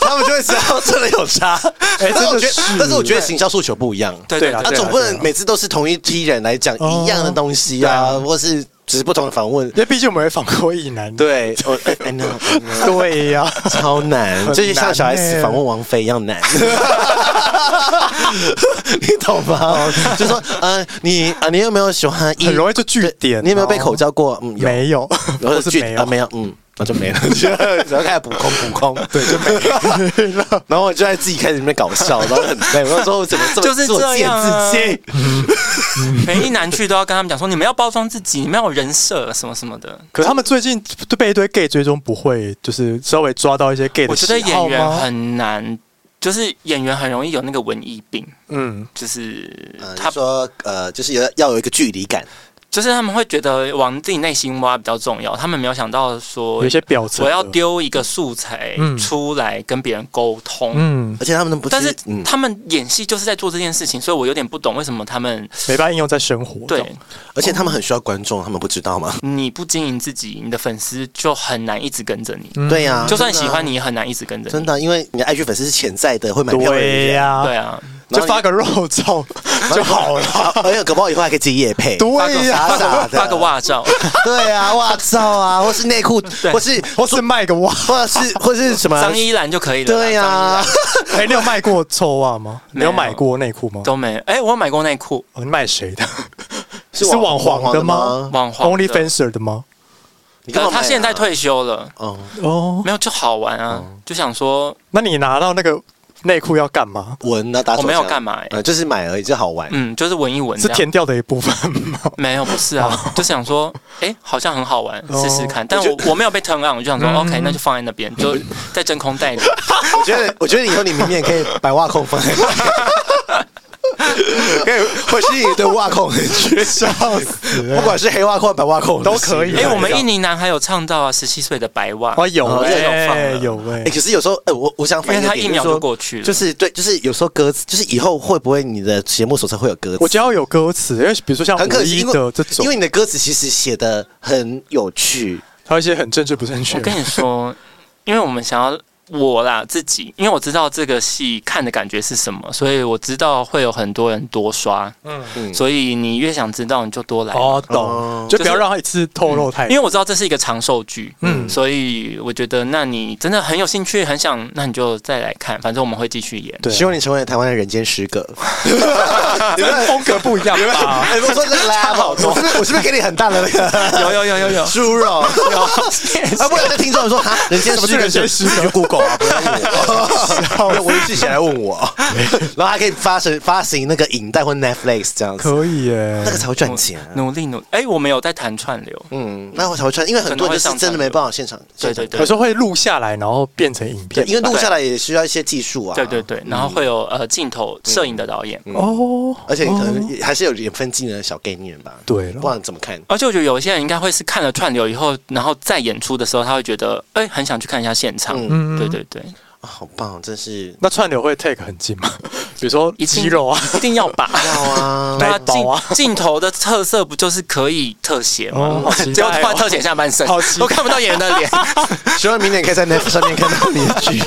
Speaker 2: 他们 就会知道真的有差。
Speaker 1: 哎
Speaker 2: 但是啊我觉得
Speaker 1: 真的是，
Speaker 2: 但是我觉得行销诉求不一样。
Speaker 3: 对
Speaker 1: 对
Speaker 3: 对
Speaker 1: 啦
Speaker 2: 他
Speaker 1: 对啊
Speaker 2: 总不能每次都是同一批人来讲一样的东西啊，
Speaker 1: 哦
Speaker 2: 或是只是不同的访问
Speaker 1: 因。为毕竟我们也访过一男，
Speaker 2: 对，我 I know，I know
Speaker 1: 对呀、
Speaker 2: 超难，就是像小 S 访问王菲一样难，你懂吗？就说呃，你啊，你有没有喜欢一？
Speaker 1: 很容易就据点。
Speaker 2: 你有没有被口？交过？嗯，有。
Speaker 1: 没有，
Speaker 2: 然后
Speaker 1: 我是没有，
Speaker 2: 啊，没有，嗯，那就没了，就然后开始补空补空，对，就没了。 然后我就在自己开始里面搞笑，然后很累，我说我怎么这么
Speaker 3: 就是
Speaker 2: 作
Speaker 3: 这
Speaker 2: 贱
Speaker 3: 样啊
Speaker 2: 自己？
Speaker 3: 每一男去都要跟他们讲说，你们要包装自己，你们要有人设什么什 么的。
Speaker 1: 可是他们最近就被一堆 gay 追踪，不会就是稍微抓到一些 gay
Speaker 3: 我
Speaker 1: 的
Speaker 3: 觉得
Speaker 1: 喜
Speaker 3: 演
Speaker 1: 好
Speaker 3: 员
Speaker 1: 吗？
Speaker 3: 很难，就是演员很容易有那个文艺病，
Speaker 1: 嗯，
Speaker 3: 就是
Speaker 2: 呃
Speaker 3: 他
Speaker 2: 他说呃，就是要要有一个距离感，
Speaker 3: 就是他们会觉得往自己内心挖比较重要，他们没有想到说
Speaker 1: 有一些表层。
Speaker 3: 我要，丢一个素材
Speaker 1: 嗯
Speaker 3: 出来跟别人沟通。
Speaker 1: 嗯，
Speaker 2: 而且他们不
Speaker 3: 但是
Speaker 2: 嗯，
Speaker 3: 他们演戏就是在做这件事情，所以我有点不懂为什么他们
Speaker 1: 没办法应用在生活。这
Speaker 3: 对
Speaker 1: 样，
Speaker 2: 而且他们很需要观众，他们不知道吗？
Speaker 3: 你不经营自己，你的粉丝就很难一直跟着你。
Speaker 1: 嗯
Speaker 2: 对呀，啊
Speaker 3: 就算喜欢
Speaker 2: 你，
Speaker 3: 你，也很难一直跟着你。
Speaker 2: 真的，因为你的 IG 粉丝是潜在的，会买票的
Speaker 1: 对
Speaker 2: 人，
Speaker 1: 呀、
Speaker 3: 对啊，
Speaker 1: 就发个肉照就好了。
Speaker 2: 了，而且搞不好以后还可以自己夜配，
Speaker 1: 对呀、
Speaker 2: 傻傻的，
Speaker 3: 发个，袜照，
Speaker 2: 对啊，袜罩啊，或是内裤，或是
Speaker 1: 或是卖个袜。
Speaker 2: 或是或是什么
Speaker 3: 张依兰就可以了啦。
Speaker 2: 对啊呀、
Speaker 3: 张依 兰
Speaker 1: 哎、你有卖过臭袜吗？你
Speaker 3: 没有
Speaker 1: 有买过内裤吗？
Speaker 3: 都没。哎，我有买过内裤，
Speaker 1: 哦，你卖谁的？
Speaker 2: 是
Speaker 1: 啊是
Speaker 2: 网
Speaker 1: 网
Speaker 2: 黄
Speaker 1: 黄
Speaker 2: 的
Speaker 1: 的
Speaker 2: 吗
Speaker 1: 吗
Speaker 3: 网黄的
Speaker 1: ？Only Fencer 的吗？
Speaker 2: 你干嘛
Speaker 3: 呃
Speaker 2: 买啊、
Speaker 3: 他现在退休了，
Speaker 2: 哦，
Speaker 1: 哦，
Speaker 3: 没有就好玩啊，就想说
Speaker 1: 那你拿到那个内裤要干嘛？
Speaker 2: 闻那啊打手
Speaker 3: 我没有
Speaker 2: 枪
Speaker 3: 干嘛欸
Speaker 2: 呃就是买而已，就好玩。
Speaker 3: 嗯，就是闻一闻
Speaker 1: 是
Speaker 3: 这样。
Speaker 1: 填掉的一部分吗？
Speaker 3: 没有，不是啊，就是想说，哎，好像很好玩，
Speaker 1: 哦嗯
Speaker 3: 试试看。但我我没有被 turn on，我就想说，OK，那就放在那边，就在真空 袋里。
Speaker 2: 我觉得，我 觉得以后你明年可以摆袜控放在。 可以，或是你对袜控很缺，
Speaker 1: 笑死
Speaker 2: 不管是黑袜控、白袜控
Speaker 1: 都可以
Speaker 2: 哎、
Speaker 3: 哎，我们
Speaker 1: 对啊
Speaker 3: 印尼男还有唱到啊，十七岁的白袜，
Speaker 1: 哦，有
Speaker 2: 哦
Speaker 1: 哎、
Speaker 3: 这种放了
Speaker 1: 有哎、
Speaker 2: 哎可是有时候，哎、我我想
Speaker 3: 因
Speaker 2: 反
Speaker 3: 为
Speaker 2: 映的
Speaker 3: 他
Speaker 2: 点
Speaker 3: 一秒
Speaker 2: 就是
Speaker 3: 就
Speaker 2: 说
Speaker 3: 过去了
Speaker 2: 就。是对，就是有时候歌词，就是以后会不会你的节目手册会有歌词？
Speaker 1: 我觉得要有歌词，因为比如说像
Speaker 2: 很可
Speaker 1: 五
Speaker 2: 惜，
Speaker 1: 一
Speaker 2: 因为
Speaker 1: 的这种
Speaker 2: 因为，你的歌词其实写的很有趣，
Speaker 1: 还有一些很政治不正确
Speaker 3: 我。跟你说，因为我们想要我啦自己，因为我知道这个戏看的感觉是什么，所以我知道会有很多人多刷，
Speaker 1: 嗯，
Speaker 2: 嗯
Speaker 3: 所以你越想知道你就多来。
Speaker 1: 哦，
Speaker 2: 哦
Speaker 1: 懂，就不要
Speaker 3: 就是
Speaker 1: 让他一次透露太
Speaker 3: 因为我知道这是一个长寿剧，
Speaker 1: 嗯
Speaker 3: 嗯，所以我觉得，那你真的很有兴趣，很想，那你就再来看，反正我们会继续演。
Speaker 1: 对啊
Speaker 2: 希望你成为台湾的人间失 格。
Speaker 1: 因为风格不一样 吧。
Speaker 2: 哎，我说这个 level，我是不是我是不是给你很大的那 个，
Speaker 3: 有有有有有
Speaker 2: 猪肉？ 啊，不然这听众说哈，人间
Speaker 1: 什么
Speaker 2: 失
Speaker 1: 是
Speaker 2: 格
Speaker 1: 人间失格
Speaker 2: 你去 Google 啊，不要问 我，我一句写来问 我，然后还可以发行发行那个影带或 Netflix 这样子，
Speaker 1: 可以欸耶
Speaker 2: 那，个才会赚钱啊。
Speaker 3: 努力努，哎、我们有在谈串流，
Speaker 2: 嗯，那我才会赚，因为很多人就是真的没办法现场，
Speaker 3: 对
Speaker 2: 现
Speaker 3: 对
Speaker 2: 场
Speaker 1: 有
Speaker 3: 对
Speaker 1: 时。候会录下来，然后变成影
Speaker 2: 对，
Speaker 1: 片。
Speaker 2: 因为录下来也需要一些技术啊，
Speaker 3: 对对对，然后会有呃镜
Speaker 1: 嗯
Speaker 3: 头摄影的导演，
Speaker 1: 哦，
Speaker 2: 而且你可能
Speaker 1: 哦
Speaker 2: 也还是有点分技能的小概念吧，
Speaker 1: 对了
Speaker 2: 不然怎么看？
Speaker 3: 而且我觉得有一些人应该会是看了串流以后，然后再演出的时候，他会觉得，哎、很想去看一下现场。
Speaker 1: 嗯
Speaker 3: 对对对，
Speaker 2: 啊好棒，真是
Speaker 1: 那串流会 take 很近吗？ 比如说
Speaker 3: 一定
Speaker 1: 肌肉啊，
Speaker 3: 一定要 把。
Speaker 2: 要啊，
Speaker 3: 对
Speaker 1: 奶
Speaker 3: 啊，
Speaker 1: 宝啊
Speaker 3: 镜镜头的特色不就是可以特写
Speaker 1: 哦好
Speaker 3: 吗
Speaker 1: 期待？哦
Speaker 3: 结果 突然特写下半身
Speaker 1: 好期，待
Speaker 3: 都看不到演 员的脸。
Speaker 2: 希望明年可以在 Netflix 上面看到你的 剧，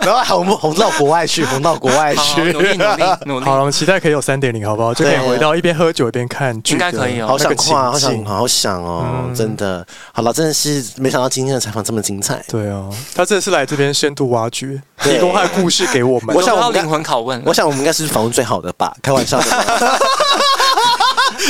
Speaker 2: 然后还红红到国外去，红到国外
Speaker 3: 好，
Speaker 2: 去，
Speaker 3: 努力努力努力
Speaker 1: 好。了，我们期待可以有三点零，好不好？就可以
Speaker 2: 对啊
Speaker 1: 回到一边喝酒一边看剧的
Speaker 3: 应该可以哦
Speaker 2: 好
Speaker 1: 那
Speaker 2: 想
Speaker 1: 个
Speaker 2: 看啊，好
Speaker 1: 情
Speaker 2: 想，
Speaker 1: 境。
Speaker 2: 好想哦，真的，好了，真的是没想到今天的采访这么精彩。
Speaker 1: 对啊，他这次来这边深度挖掘，
Speaker 2: 对
Speaker 1: 提供他的故事给我们。
Speaker 2: 我想
Speaker 3: 都
Speaker 2: 我
Speaker 3: 要
Speaker 2: 们该
Speaker 3: 灵魂拷问了。
Speaker 2: 我想我们应该是访问最 好的吧，开玩笑的吧，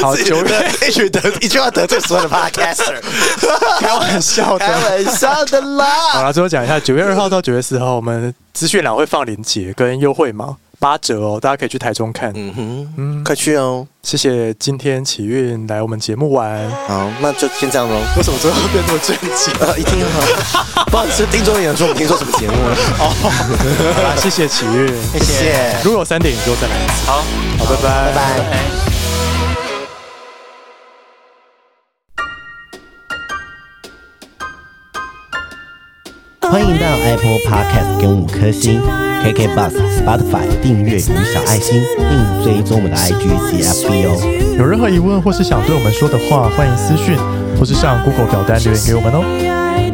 Speaker 1: 好久远，
Speaker 2: 得 一句得一句话得罪所有的 podcaster，
Speaker 1: 开玩笑
Speaker 2: 开
Speaker 1: 的。
Speaker 2: 玩笑的啦
Speaker 1: 好。了，最后讲一下，九月二号到九月四号，我们资讯栏会放链接跟优惠码，八折哦，大家可以去台中看。
Speaker 2: 嗯哼，
Speaker 1: 嗯，
Speaker 2: 快去哦。
Speaker 1: 谢谢今天启运来我们节目玩，
Speaker 2: 好，那就先这样喽。
Speaker 1: 为什么最后变这么正经？
Speaker 2: 呃，一定要。不好意思，听众也想说我们听说什么节目 了。
Speaker 1: 哦好啦，谢谢启运，
Speaker 2: 谢谢，
Speaker 1: 如果有三点，你就再来一次。
Speaker 3: 好，
Speaker 1: 好，拜拜，
Speaker 2: 拜拜。
Speaker 3: 哎。
Speaker 4: 欢迎到 Apple Podcast 给我们五颗星，KK Bus、Spotify 订阅与小爱心，并追踪我们的 IG 及 FB 哦。
Speaker 1: 有任何疑问或是想对我们说的话，欢迎私讯或是上 Google 表单留言给我们哦。
Speaker 5: I